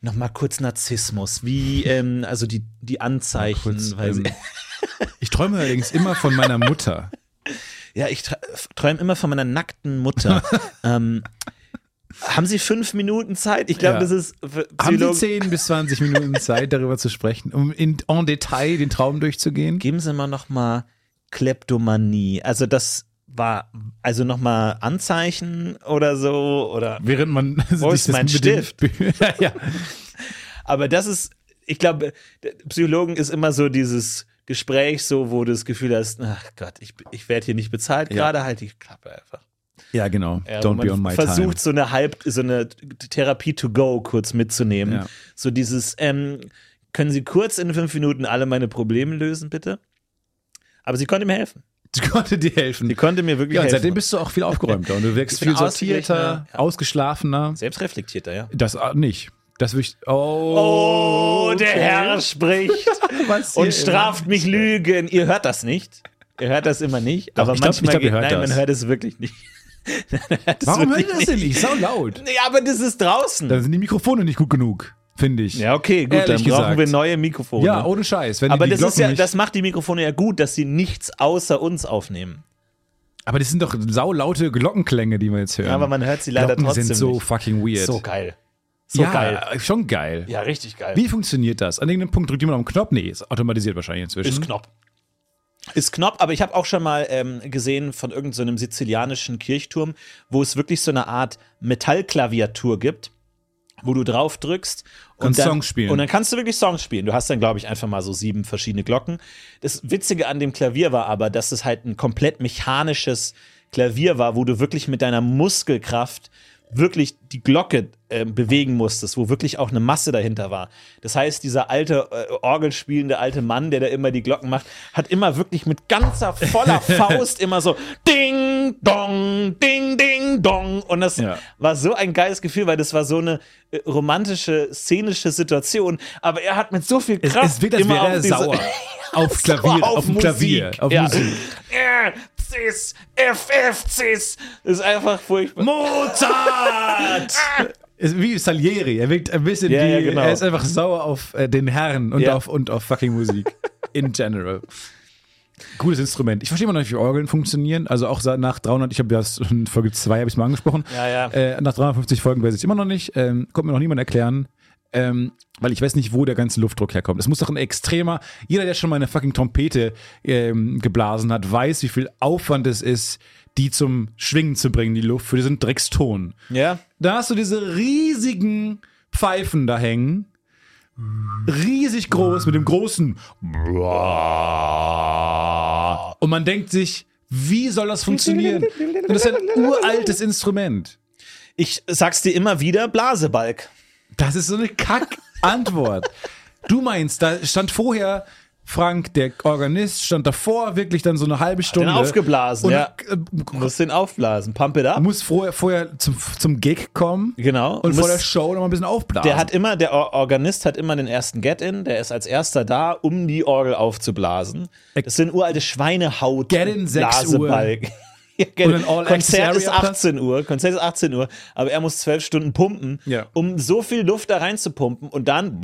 S2: nochmal kurz Narzissmus, wie, ähm, also die, die Anzeichen.
S4: Kurz,
S2: weil sie-
S4: ähm, ich träume allerdings immer von meiner Mutter.
S2: ja, ich tra- träume immer von meiner nackten
S4: *laughs*
S2: Mutter. ähm, haben Sie fünf Minuten Zeit? Ich glaube,
S4: Ja.
S2: das ist für
S4: Haben Sie
S2: Psychologen-
S4: 10 bis 20 Minuten Zeit, darüber zu sprechen, um in, en Detail den Traum durchzugehen?
S2: geben Sie mal nochmal Kleptomanie. Also das war, also nochmal Anzeichen oder so oder.
S4: Während man
S2: Wo ist mein Stift?
S4: *laughs* ja, ja.
S2: Aber das ist, ich glaube, der Psychologen ist immer so dieses Gespräch, so wo du das Gefühl hast, ach Gott, ich, ich werde hier nicht bezahlt, gerade halt die Klappe einfach.
S4: ja, genau.
S2: Ja,
S4: Don't
S2: man
S4: be on my
S2: versucht
S4: time.
S2: so eine halb, so eine Therapie to go kurz mitzunehmen.
S4: Ja.
S2: So dieses, ähm, können Sie kurz in fünf Minuten alle meine Probleme lösen, bitte? Aber sie konnte mir helfen.
S4: Ich konnte dir helfen.
S2: Sie konnte mir wirklich
S4: Ja, und
S2: helfen.
S4: seitdem bist du auch viel aufgeräumter und du wirkst
S2: Ich bin
S4: viel sortierter,
S2: ausgeglichener, ja.
S4: ausgeschlafener.
S2: Selbstreflektierter, ja.
S4: Das ah, nicht. Das würde ich. Oh,
S2: Oh, der
S4: okay.
S2: Herr spricht
S4: Was hier
S2: und straft mich Lügen. Ihr hört das nicht. Ihr hört das immer nicht.
S4: Doch,
S2: aber
S4: ich glaub- ich
S2: manchmal
S4: glaub, ihr
S2: geht-
S4: hört
S2: nein,
S4: das.
S2: man hört es wirklich nicht. *laughs*
S4: Warum hören
S2: wirklich
S4: die das denn nicht? Sau laut.
S2: Ja, aber das ist draußen.
S4: Dann sind die Mikrofone nicht gut genug, finde ich.
S2: ja, okay, gut,
S4: Ehrlich
S2: dann brauchen
S4: gesagt.
S2: wir neue Mikrofone.
S4: Ja, ohne Scheiß. Wenn
S2: aber
S4: die
S2: das
S4: die
S2: ist
S4: Glocken
S2: ja,
S4: nicht,
S2: das macht die Mikrofone ja gut, dass sie nichts außer uns aufnehmen.
S4: aber das sind doch saulaute Glockenklänge, die wir jetzt hören.
S2: Ja, aber man hört sie leider
S4: Ähm, Glocken
S2: trotzdem
S4: sind so
S2: nicht.
S4: fucking weird.
S2: So geil. So
S4: ja,
S2: geil.
S4: schon geil.
S2: Ja, richtig geil.
S4: Wie funktioniert das? An irgendeinem Punkt drückt jemand auf den Knopf? Nee, ist automatisiert wahrscheinlich inzwischen.
S2: Ist Knopf. Ist Knopf, aber ich habe auch schon mal ähm, gesehen von irgendeinem so einem sizilianischen Kirchturm, wo es wirklich so eine Art Metallklaviatur gibt, wo du drauf drückst und
S4: Kannst
S2: dann,
S4: Songs spielen.
S2: Und dann kannst du wirklich Songs spielen. Du hast dann, glaube ich, einfach mal so sieben verschiedene Glocken. Das Witzige an dem Klavier war aber, dass es halt ein komplett mechanisches Klavier war, wo du wirklich mit deiner Muskelkraft wirklich die Glocke äh, bewegen musstest, wo wirklich auch eine Masse dahinter war. Das heißt, dieser alte äh, Orgelspielende alte Mann, der da immer die Glocken macht, hat immer wirklich mit ganzer voller Faust immer so Ding Dong, Ding Ding Dong und das
S4: Ja.
S2: war so ein geiles Gefühl, weil das war so eine äh, romantische szenische Situation. Aber er hat mit so viel
S4: Es,
S2: Kraft
S4: es wird, als
S2: immer
S4: wäre
S2: auf
S4: er
S2: diese, *laughs*
S4: sauer. Auf Klavier,
S2: Klavier,
S4: auf, dem Klavier, auf
S2: ja.
S4: Musik.
S2: R, Cis, F, F, Cis. Das ist einfach furchtbar.
S4: Mozart! *laughs* Ist Wie Salieri, er wirkt ein bisschen
S2: Ja,
S4: wie,
S2: ja, genau.
S4: er ist einfach sauer auf äh, den Herrn und,
S2: Ja.
S4: auf, und auf fucking Musik in general. Gutes Instrument. Ich verstehe immer noch nicht, wie Orgeln funktionieren. Also auch sa- nach 300, ich habe ja s- in Folge 2 habe ich es mal angesprochen.
S2: Ja, ja.
S4: Äh, nach 350 Folgen weiß ich es immer noch nicht. Ähm, konnte mir noch niemand erklären. Ähm, weil ich weiß nicht, wo der ganze Luftdruck herkommt. Es muss doch ein extremer. Jeder, der schon mal eine fucking Trompete ähm, geblasen hat, weiß, wie viel Aufwand es ist, die zum Schwingen zu bringen, die Luft, für diesen Dreckston.
S2: Ja.
S4: Da hast du diese riesigen Pfeifen da hängen. Riesig groß, mit dem großen. Und man denkt sich, wie soll das funktionieren? Und das ist ein uraltes Instrument.
S2: Ich sag's dir immer wieder, Blasebalg.
S4: Das ist so eine Kack-Antwort. Du meinst, da stand vorher Frank, der Organist, stand davor wirklich dann so eine halbe
S2: Den
S4: Stunde.
S2: aufgeblasen,
S4: und
S2: ja.
S4: äh,
S2: Muss den aufblasen. Pump it up.
S4: muss vorher, vorher zum, zum Gig kommen
S2: Genau.
S4: und vor
S2: Muss-
S4: der Show noch mal ein bisschen aufblasen.
S2: Der hat immer, der Or Organist hat immer den ersten Get-In, der ist als erster da, um die Orgel aufzublasen. Das sind uralte Schweinehaut.
S4: Get-in, 6 Uhr.
S2: Blasebalg. *laughs* Ja, genau.
S4: Und dann All
S2: Konzert
S4: Access
S2: ist
S4: Area
S2: 18 Uhr, Konzert ist 18 Uhr, aber er muss 12 Stunden pumpen,
S4: Ja.
S2: um so viel Luft da reinzupumpen und dann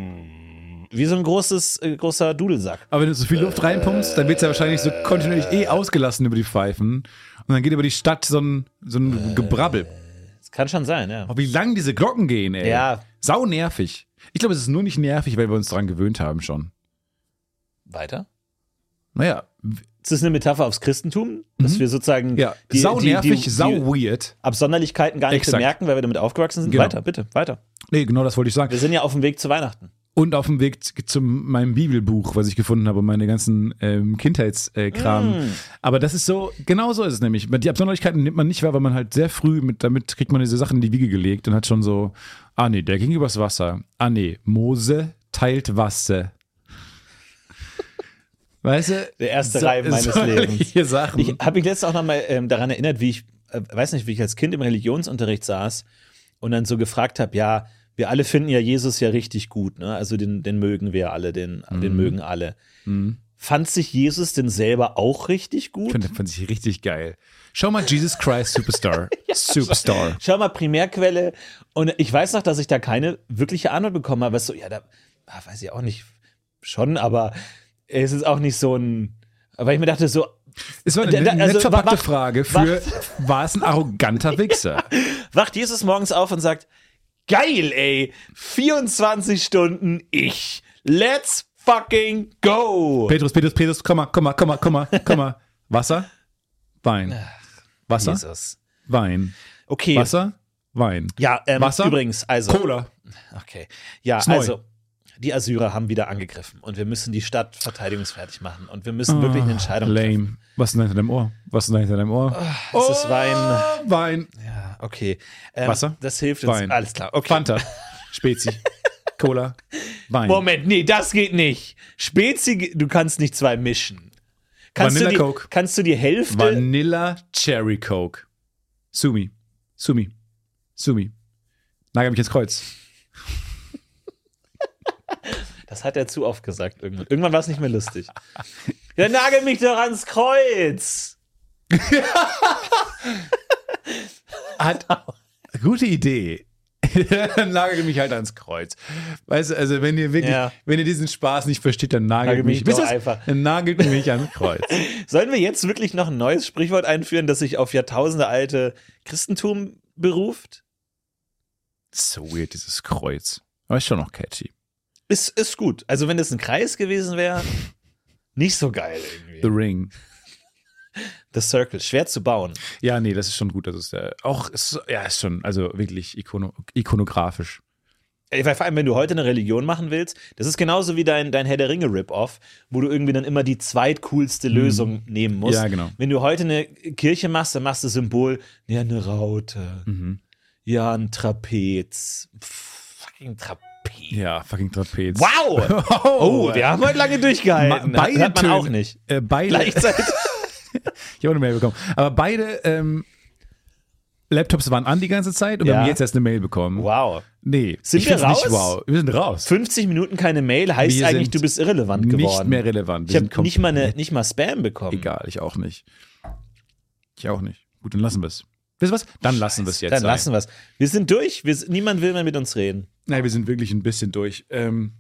S2: wie so ein großes, äh, großer Dudelsack.
S4: Aber wenn du so viel
S2: Äh,
S4: Luft reinpumpst, dann wird es ja wahrscheinlich so kontinuierlich eh ausgelassen über die Pfeifen. Und dann geht über die Stadt so ein, so
S2: Äh.
S4: ein Gebrabbel.
S2: Das kann schon sein, ja.
S4: Aber wie lang diese Glocken gehen, ey.
S2: Ja.
S4: Sau nervig. Ich glaube, es ist nur nicht nervig, weil wir uns daran gewöhnt haben schon.
S2: Weiter?
S4: Naja,
S2: Ist das eine Metapher aufs Christentum? Dass wir sozusagen
S4: Mhm. ja.
S2: die,
S4: sau
S2: die,
S4: nervig,
S2: die, die
S4: sau weird.
S2: Absonderlichkeiten gar nicht
S4: Exakt.
S2: bemerken, weil wir damit aufgewachsen sind?
S4: Genau.
S2: Weiter, bitte, weiter.
S4: Nee, genau das wollte ich sagen.
S2: Wir sind ja auf dem Weg zu Weihnachten.
S4: Und auf dem Weg zu zu meinem Bibelbuch, was ich gefunden habe, und meine ganzen ähm, Kindheitskram.
S2: Mm.
S4: Aber das ist so, genau so ist es nämlich. Die Absonderlichkeiten nimmt man nicht wahr, weil man halt sehr früh mit, damit kriegt man diese Sachen in die Wiege gelegt und hat schon so, ah nee, der ging übers Wasser. Ah nee, Mose teilt Wasser. *laughs* Weißt du?
S2: Der erste Reim meines Lebens.
S4: solche Sachen.
S2: Ich habe mich letztens auch nochmal ähm, daran erinnert, wie ich, äh, weiß nicht, wie ich als Kind im Religionsunterricht saß und dann so gefragt habe, ja, wir alle finden ja Jesus ja richtig gut, ne? Also den, den mögen wir alle, den, den mögen alle. Fand sich Jesus denn selber auch richtig gut?
S4: fand, fand ich richtig geil. Schau mal, Jesus Christ
S2: *laughs*
S4: Superstar. Superstar.
S2: Schau mal, Primärquelle. Und ich weiß noch, dass ich da keine wirkliche Antwort bekommen habe. Was so, ja, da ah, weiß ich auch nicht schon, aber es ist auch nicht so ein. Weil ich mir dachte, so,
S4: Es war eine
S2: Da- da-
S4: nett
S2: also,
S4: verpackte
S2: wach-
S4: Frage für, war es
S2: *laughs*
S4: ein arroganter Wichser?
S2: wacht Jesus morgens auf und sagt, geil, ey, 24 Stunden ich. Let's fucking go.
S4: Petrus, Petrus, Petrus, komm mal, komm mal, komm mal, komm mal, komm mal. Wasser, Wein. Wasser,
S2: Jesus.
S4: Wein.
S2: Okay.
S4: Wasser, Wein.
S2: Ja, ähm,
S4: Wasser?
S2: übrigens, also.
S4: Cola.
S2: Okay. Ja,
S4: neu.
S2: also die Assyrer haben wieder angegriffen und wir müssen die Stadt verteidigungsfertig machen und wir müssen wirklich eine Entscheidung treffen.
S4: Ah, Lame. Was ist denn hinter deinem Ohr? Was ist denn hinter deinem Ohr?
S2: Ah,
S4: Ah,
S2: Es ist Wein.
S4: Wein.
S2: Ja, okay. Ähm,
S4: Oh. Wasser?
S2: Das hilft uns.
S4: Wein.
S2: Alles klar. Okay.
S4: Fanta. Spezi. Cola. Wein.
S2: Moment, nee, das geht nicht. Spezi, ge- du kannst nicht zwei mischen. Kannst
S4: Vanilla
S2: du die,
S4: Coke.
S2: Kannst du die Hälfte?
S4: Vanilla Cherry Coke. Sumi. Sumi. Sumi. Nagel mich ins Kreuz.
S2: das hat er zu oft gesagt irgendwann. Irgendwann war es nicht mehr lustig. Dann nagel mich doch ans Kreuz.
S4: Hat, *laughs* gute Idee. *laughs* dann nagel mich halt ans Kreuz. Weißt du, also wenn ihr wirklich,
S2: Ja.
S4: wenn ihr diesen Spaß nicht versteht, dann nagelt
S2: Nagel mich
S4: mich, wisst
S2: doch
S4: ihr's?
S2: einfach.
S4: Dann nagelt
S2: *laughs*
S4: mich ans Kreuz.
S2: Sollen wir jetzt wirklich noch ein neues Sprichwort einführen, das sich auf Jahrtausende alte Christentum beruft?
S4: so weird, dieses Kreuz. Aber ist schon noch catchy.
S2: Ist, ist gut. Also wenn es ein Kreis gewesen wäre, nicht so geil
S4: The
S2: irgendwie.
S4: Ring.
S2: The Circle, schwer zu bauen.
S4: Ja, nee, das ist schon gut. Das ist äh, auch, ist, ja, ist schon, also wirklich ikono, ikonografisch.
S2: Ey, Äh, Weil vor allem, wenn du heute eine Religion machen willst, das ist genauso wie dein, dein Herr der Ringe-Rip-Off, wo du irgendwie dann immer die zweitcoolste Lösung nehmen musst.
S4: Mhm. Ja, genau.
S2: Wenn du heute eine Kirche machst, dann machst du Symbol, ja, eine Raute,
S4: Mhm.
S2: ja, ein Trapez. Pff, fucking Trapez.
S4: Ja, fucking Trapez.
S2: Wow!
S4: *laughs* Oh,
S2: Oh, wir haben heute lange durchgehalten.
S4: Ma- beide
S2: Hat man
S4: Töne.
S2: auch nicht.
S4: Äh, beide.
S2: Gleichzeitig.
S4: *laughs* Ich habe eine Mail bekommen. Aber beide ähm, Laptops waren an die ganze Zeit und wir
S2: Ja.
S4: haben jetzt erst eine Mail bekommen.
S2: Wow.
S4: Nee,
S2: Sind
S4: ich
S2: wir
S4: find's
S2: raus?
S4: nicht wow. Wir sind raus.
S2: 50 Minuten keine Mail heißt
S4: Wir
S2: eigentlich,
S4: sind
S2: du bist irrelevant geworden.
S4: Nicht mehr relevant.
S2: Ich
S4: Wir sind
S2: habe nicht, mal eine-
S4: komplett
S2: nicht mal Spam bekommen.
S4: Egal, ich auch nicht. Ich auch nicht. Gut, dann lassen wir es. Wisst ihr was? Dann lassen wir es jetzt.
S2: Dann
S4: sein.
S2: lassen wir es. Wir sind durch. Wir, sind- niemand will mehr mit uns reden.
S4: Nein, wir sind wirklich ein bisschen durch. Ähm,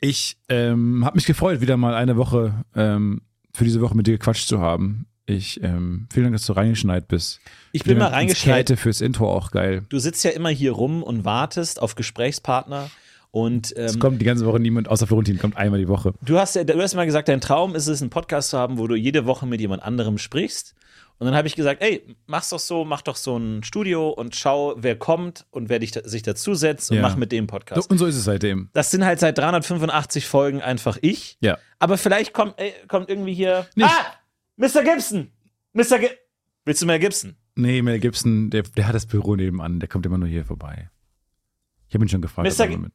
S4: ich ähm, habe mich gefreut, wieder mal eine Woche ähm, für diese Woche mit dir gequatscht zu haben. Ich, ähm, vielen Dank, dass du reingeschneit bist.
S2: Ich bin
S4: Vielen
S2: mal
S4: Dank ins
S2: reingeschneit.
S4: Kälte fürs Intro auch geil.
S2: Du sitzt ja immer hier rum und wartest auf Gesprächspartner und
S4: Es
S2: ähm,
S4: kommt die ganze Woche niemand, außer Florentin, kommt einmal die Woche.
S2: du hast ja, du hast mal gesagt, dein Traum ist es, einen Podcast zu haben, wo du jede Woche mit jemand anderem sprichst. Und dann habe ich gesagt, ey, mach's doch so, mach doch so ein Studio und schau, wer kommt und wer dich da, sich dazusetzt und
S4: Ja.
S2: mach mit dem Podcast.
S4: Und so ist es seitdem.
S2: Das sind halt seit 385 Folgen einfach ich.
S4: Ja.
S2: Aber vielleicht kommt, ey, kommt irgendwie hier.
S4: Nicht.
S2: Ah! Mr. Gibson! Mr. Gi Willst du mehr Gibson?
S4: Nee, Mel Gibson, der, der hat das Büro nebenan, der kommt immer nur hier vorbei. Ich habe ihn schon gefragt.
S2: Mr.
S4: ob
S2: Gi-
S4: er mit-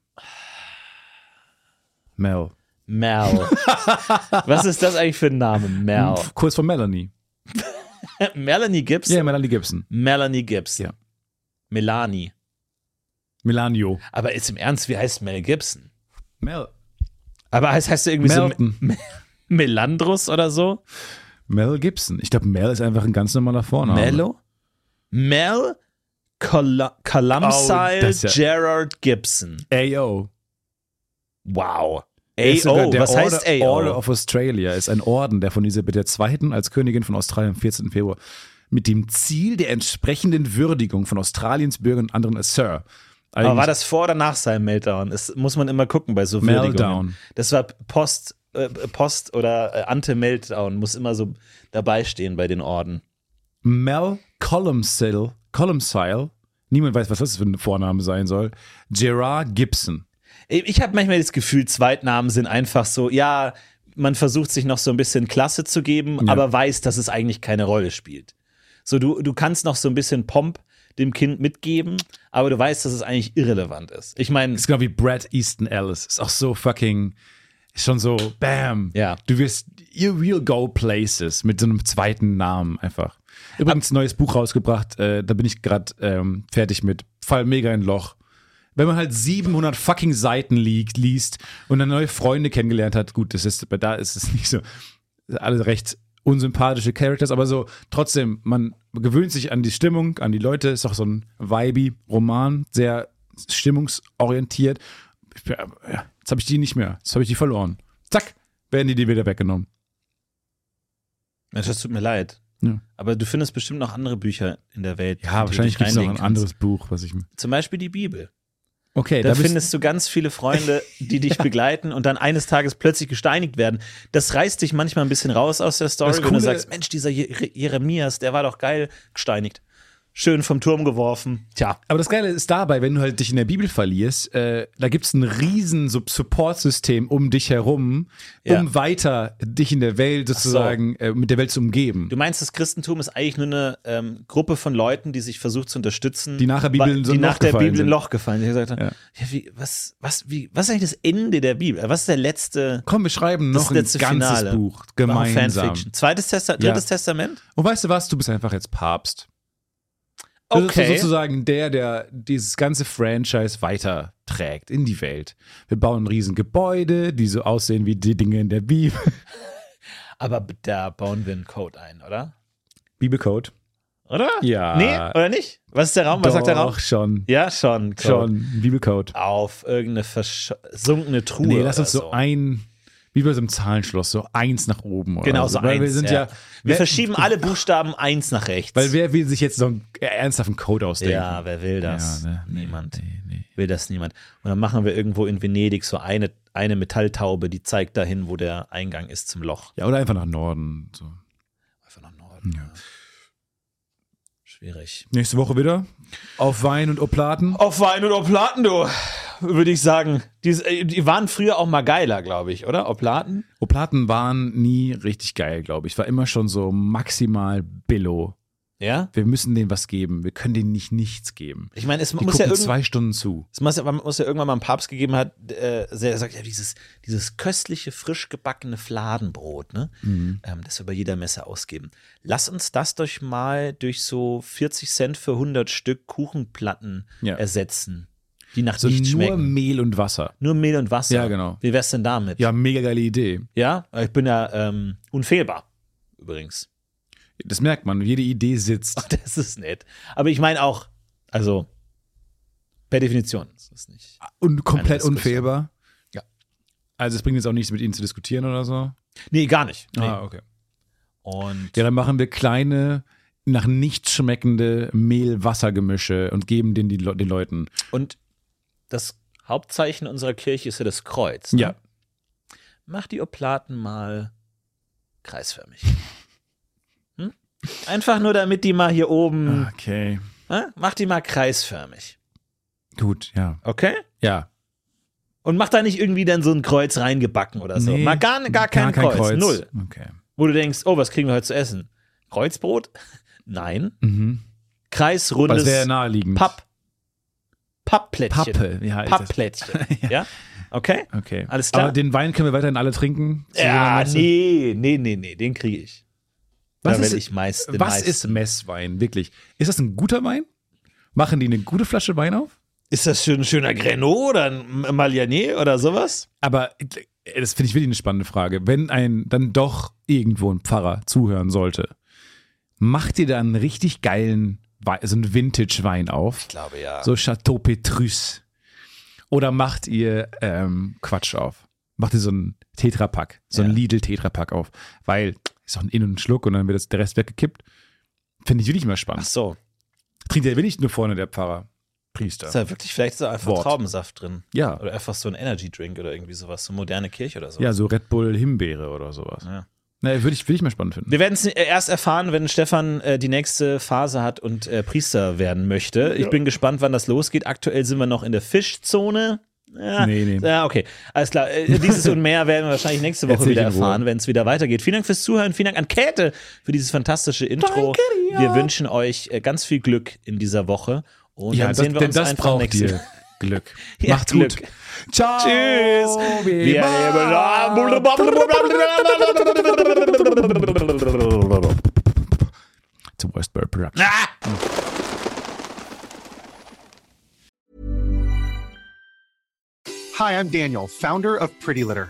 S4: Mel.
S2: *laughs* Mel. Was ist das eigentlich für ein Name? Mel.
S4: Kurz vor Hm, Melanie.
S2: äh, Melanie Gibson?
S4: Ja, Melanie Gibson.
S2: Melanie Gibson.
S4: Ja.
S2: Melanie.
S4: Melanio.
S2: Aber ist im Ernst, wie heißt Mel Gibson?
S4: Mel.
S2: Aber heißt, heißt er irgendwie
S4: Melton.
S2: so Me- Me- Melandrus oder so?
S4: Mel Gibson. Ich glaube, Mel ist einfach ein ganz normaler Vorname.
S2: Mello? Mel Col
S4: Oh,
S2: Columsile
S4: das ist ja-
S2: Gerard Gibson.
S4: A.O.
S2: Wow.
S4: Er ist sogar
S2: AO,
S4: der
S2: was
S4: Order,
S2: heißt AO?
S4: Order of Australia ist ein Orden, der von Elisabeth II. als Königin von Australien am 14. Februar mit dem Ziel der entsprechenden Würdigung von Australiens Bürgern und anderen als Sir.
S2: Aber war
S4: Eigentlich-
S2: das vor oder nach seinem Meltdown? Das muss man immer gucken bei so Würdigungen.
S4: Meltdown.
S2: Das war Post, äh, Post oder äh, Ante-Meltdown, muss immer so dabei stehen bei den Orden.
S4: Mel Columsale, Columsile, niemand weiß, was das für ein Vorname sein soll, Gerard Gibson.
S2: Ich habe manchmal das Gefühl, Zweitnamen sind einfach so, ja, man versucht sich noch so ein bisschen Klasse zu geben, aber weiß, dass es eigentlich keine Rolle spielt. So, du, du kannst noch so ein bisschen Pomp dem Kind mitgeben, aber du weißt, dass es eigentlich irrelevant ist. Ich meine,
S4: Ist genau wie Brad Easton Ellis. Ist auch so fucking, ist schon so, bam.
S2: Ja.
S4: Du wirst, you will go places mit so einem zweiten Namen einfach. Übrigens, neues Buch rausgebracht, äh, da bin ich gerade ähm, fertig mit, fall mega in Loch. Wenn man halt 700 fucking Seiten liegt, liest und dann neue Freunde kennengelernt hat, gut, das ist, da ist es nicht so, alle recht unsympathische Characters, aber so trotzdem, man gewöhnt sich an die Stimmung, an die Leute, ist doch so ein Vibey-Roman, sehr stimmungsorientiert. Ich bin- äh, ja, Jetzt habe ich die nicht mehr, jetzt habe ich die verloren. Zack, werden die dir wieder weggenommen.
S2: Mensch, das tut mir leid.
S4: Ja.
S2: Aber du findest bestimmt noch andere Bücher in der Welt. in die
S4: Ja,
S2: du
S4: wahrscheinlich
S2: dich
S4: gibt es noch ein
S2: reinlegen kannst.
S4: anderes Buch, was ich mir.
S2: Zum Beispiel die Bibel.
S4: Okay,
S2: Da
S4: da bist,
S2: findest du ganz viele Freunde, die
S4: *laughs*
S2: dich begleiten und dann eines Tages plötzlich gesteinigt werden. Das reißt dich manchmal ein bisschen raus aus der Story,
S4: Das
S2: wenn du
S4: Coole-
S2: sagst, Mensch, dieser Je Jeremias, der war doch geil gesteinigt. Schön vom Turm geworfen. Tja,
S4: Aber das Geile ist dabei, wenn du halt dich in der Bibel verlierst, äh, da gibt es ein riesen Sub- Support-System um dich herum,
S2: Ja.
S4: um weiter dich in der Welt sozusagen äh, mit der Welt zu umgeben.
S2: du meinst, das Christentum ist eigentlich nur eine ähm, Gruppe von Leuten, die sich versucht zu unterstützen,
S4: Die nach der Bibel
S2: wa-
S4: in so ein
S2: die
S4: Loch
S2: nach der
S4: gefallen
S2: Bibel in
S4: sind.
S2: Loch gefallen. Die gesagt haben, ja. wie, was, was, wie, was ist eigentlich das Ende der Bibel? Was ist der letzte?
S4: Komm, wir schreiben noch
S2: Das
S4: ein
S2: letzte
S4: ganzes
S2: Finale.
S4: Buch
S2: Warum
S4: gemeinsam.
S2: Fanfiction? Zweites Testament,
S4: Ja.
S2: drittes Testament?
S4: Und weißt du was? Du bist einfach jetzt Papst. Du
S2: Okay.
S4: bist sozusagen der, der dieses ganze Franchise weiterträgt in die Welt. Wir bauen riesen Gebäude, die so aussehen wie die Dinge in der Bibel. *laughs*
S2: Aber da bauen wir einen Code ein, oder?
S4: Bibelcode.
S2: Oder?
S4: Ja.
S2: Nee, oder nicht? Was ist der Raum? Was sagt der Raum?
S4: Ah. Doch, schon.
S2: Ja, schon. Code.
S4: Schon. Bibelcode.
S2: Auf irgendeine versunkene Truhe.
S4: Nee, lass uns
S2: oder
S4: so ein, wie bei so einem Zahlenschloss, so eins nach oben. Oder
S2: Genau, so
S4: also, Weil
S2: eins.
S4: wir sind ja,
S2: wir
S4: wer,
S2: verschieben alle Buchstaben eins nach rechts.
S4: Weil wer will sich jetzt so einen ernsthaften Code ausdenken?
S2: ja, wer will das?
S4: Ja, ne, nee,
S2: niemand.
S4: nee, nee.
S2: Will das niemand. Und dann machen wir irgendwo in Venedig so eine, eine Metalltaube, die zeigt dahin, wo der Eingang ist zum Loch.
S4: Ja, oder einfach nach Norden. So.
S2: Einfach nach Norden. Ja. Schwierig.
S4: Nächste Woche wieder auf Wein und Oplaten.
S2: Auf Wein und Oplaten, du, würde ich sagen. Die, die waren früher auch mal geiler, glaube ich, oder? Oplaten?
S4: Oplaten waren nie richtig geil, glaube ich. War immer schon so maximal Billo.
S2: Ja?
S4: Wir müssen denen was geben. Wir können denen nicht nichts geben.
S2: Ich meine, es
S4: Die
S2: muss ja,
S4: gucken
S2: irgend,
S4: zwei Stunden zu.
S2: es muss, ja, man muss ja irgendwann mal einen Papst gegeben hat, äh, der sagt, ja, dieses, dieses köstliche, frisch gebackene Fladenbrot, ne?
S4: Mhm.
S2: Ähm, das wir bei jeder Messe ausgeben. Lass uns das durch mal durch so 40 Cent für 100 Stück Kuchenplatten
S4: Ja.
S2: ersetzen, die nach
S4: So
S2: nichts
S4: nur
S2: schmecken.
S4: Mehl und Wasser.
S2: Nur Mehl und Wasser.
S4: Ja, genau.
S2: Wie wär's denn damit?
S4: Ja, mega geile Idee.
S2: Ja? ich bin ja ähm, unfehlbar, übrigens. *laughs*
S4: Das merkt man. Jede Idee sitzt.
S2: Das ist nett. Aber ich meine auch, also per Definition ist das nicht. Keine
S4: und komplett
S2: Diskussion.
S4: unfehlbar.
S2: Ja.
S4: Also es bringt jetzt auch nichts, mit ihnen zu diskutieren oder so.
S2: Nee, gar nicht. Nee.
S4: okay.
S2: Und
S4: Ja, dann machen wir kleine, nach nichts schmeckende Mehl-Wasser-Gemische und geben den die, Le- den Leuten.
S2: Und das Hauptzeichen unserer Kirche ist ja das Kreuz. Ne?
S4: Ja.
S2: Mach die Oplaten mal *laughs* kreisförmig. Hm? Einfach nur, damit die mal hier oben,
S4: Okay.
S2: ne? mach die mal kreisförmig.
S4: Gut, ja.
S2: Okay?
S4: Ja.
S2: Und mach da nicht irgendwie dann so ein Kreuz reingebacken oder so.
S4: Nee,
S2: mal gar, gar, kein, Kreuz. Null.
S4: Okay.
S2: Wo du denkst, oh, was kriegen wir heute zu essen? Kreuzbrot? *laughs* Nein.
S4: Mhm. Das wäre
S2: Kreisrundes
S4: naheliegend.
S2: Papp. Pappplättchen.
S4: Pappe. Ja, ist das-
S2: Pappplättchen. *laughs* ja. Okay?
S4: Okay.
S2: Alles klar.
S4: Aber den Wein können wir weiterhin alle trinken? Zu jeder
S2: Ja,
S4: Messe?
S2: nee, nee, nee, nee, den kriege ich.
S4: Was
S2: da
S4: ist-
S2: will ich meist, den
S4: Was
S2: meisten.
S4: ist Messwein, wirklich? Ist das ein guter Wein? Machen die eine gute Flasche Wein auf?
S2: Ist das schon ein schöner Grenot oder ein Malianet oder sowas?
S4: Aber äh, das finde ich wirklich eine spannende Frage. Wenn ein dann doch irgendwo ein Pfarrer zuhören sollte, macht ihr da einen richtig geilen, Wei- so einen Vintage-Wein auf?
S2: glaube ja.
S4: So Chateau Petrus. Oder macht ihr ähm, Quatsch auf? Macht ihr so einen Tetrapack, so einen
S2: Ja.
S4: Lidl-Tetrapack auf? Weil ist doch ein In- und ein Schluck und dann wird das, der Rest weggekippt. Finde ich wirklich mal spannend.
S2: Ach so.
S4: Trinkt ja wirklich nur vorne der Pfarrer. Priester.
S2: Ist da wirklich vielleicht so einfach
S4: Wort.
S2: Traubensaft drin?
S4: Ja.
S2: Oder einfach so ein Energy Drink oder irgendwie sowas, so moderne Kirche oder so.
S4: Ja, so Red Bull Himbeere oder sowas.
S2: Ja.
S4: Naja, würde ich, würde ich mal spannend finden.
S2: Wir werden es erst erfahren, wenn Stefan äh, die nächste Phase hat und äh, Priester werden möchte. Ich bin gespannt, wann das losgeht. Aktuell sind wir noch in der Fischzone. Ja,
S4: Nee, nee.
S2: ja, okay. Alles klar. Äh, Dieses und mehr werden wir wahrscheinlich nächste Woche
S4: Erzähl
S2: wieder
S4: ich in Ruhe.
S2: erfahren, wenn es wieder weitergeht. Vielen Dank fürs Zuhören. Vielen Dank an Käthe für dieses fantastische Intro.
S4: Danke dir.
S2: Wir wünschen euch äh, ganz viel Glück in dieser Woche. Und
S4: ja,
S2: dann
S4: das,
S2: sehen wir
S4: denn
S2: uns
S4: das
S2: einfach
S4: braucht
S2: nächste
S4: ihr Glück.
S2: Ja,
S4: Macht's
S2: Glück.
S4: gut. Ciao.
S2: Tschüss. *laughs* Wir *laughs* leben.
S4: To Westbury Production.
S2: Ah!
S3: Hi, I'm Daniel, founder of Pretty Litter.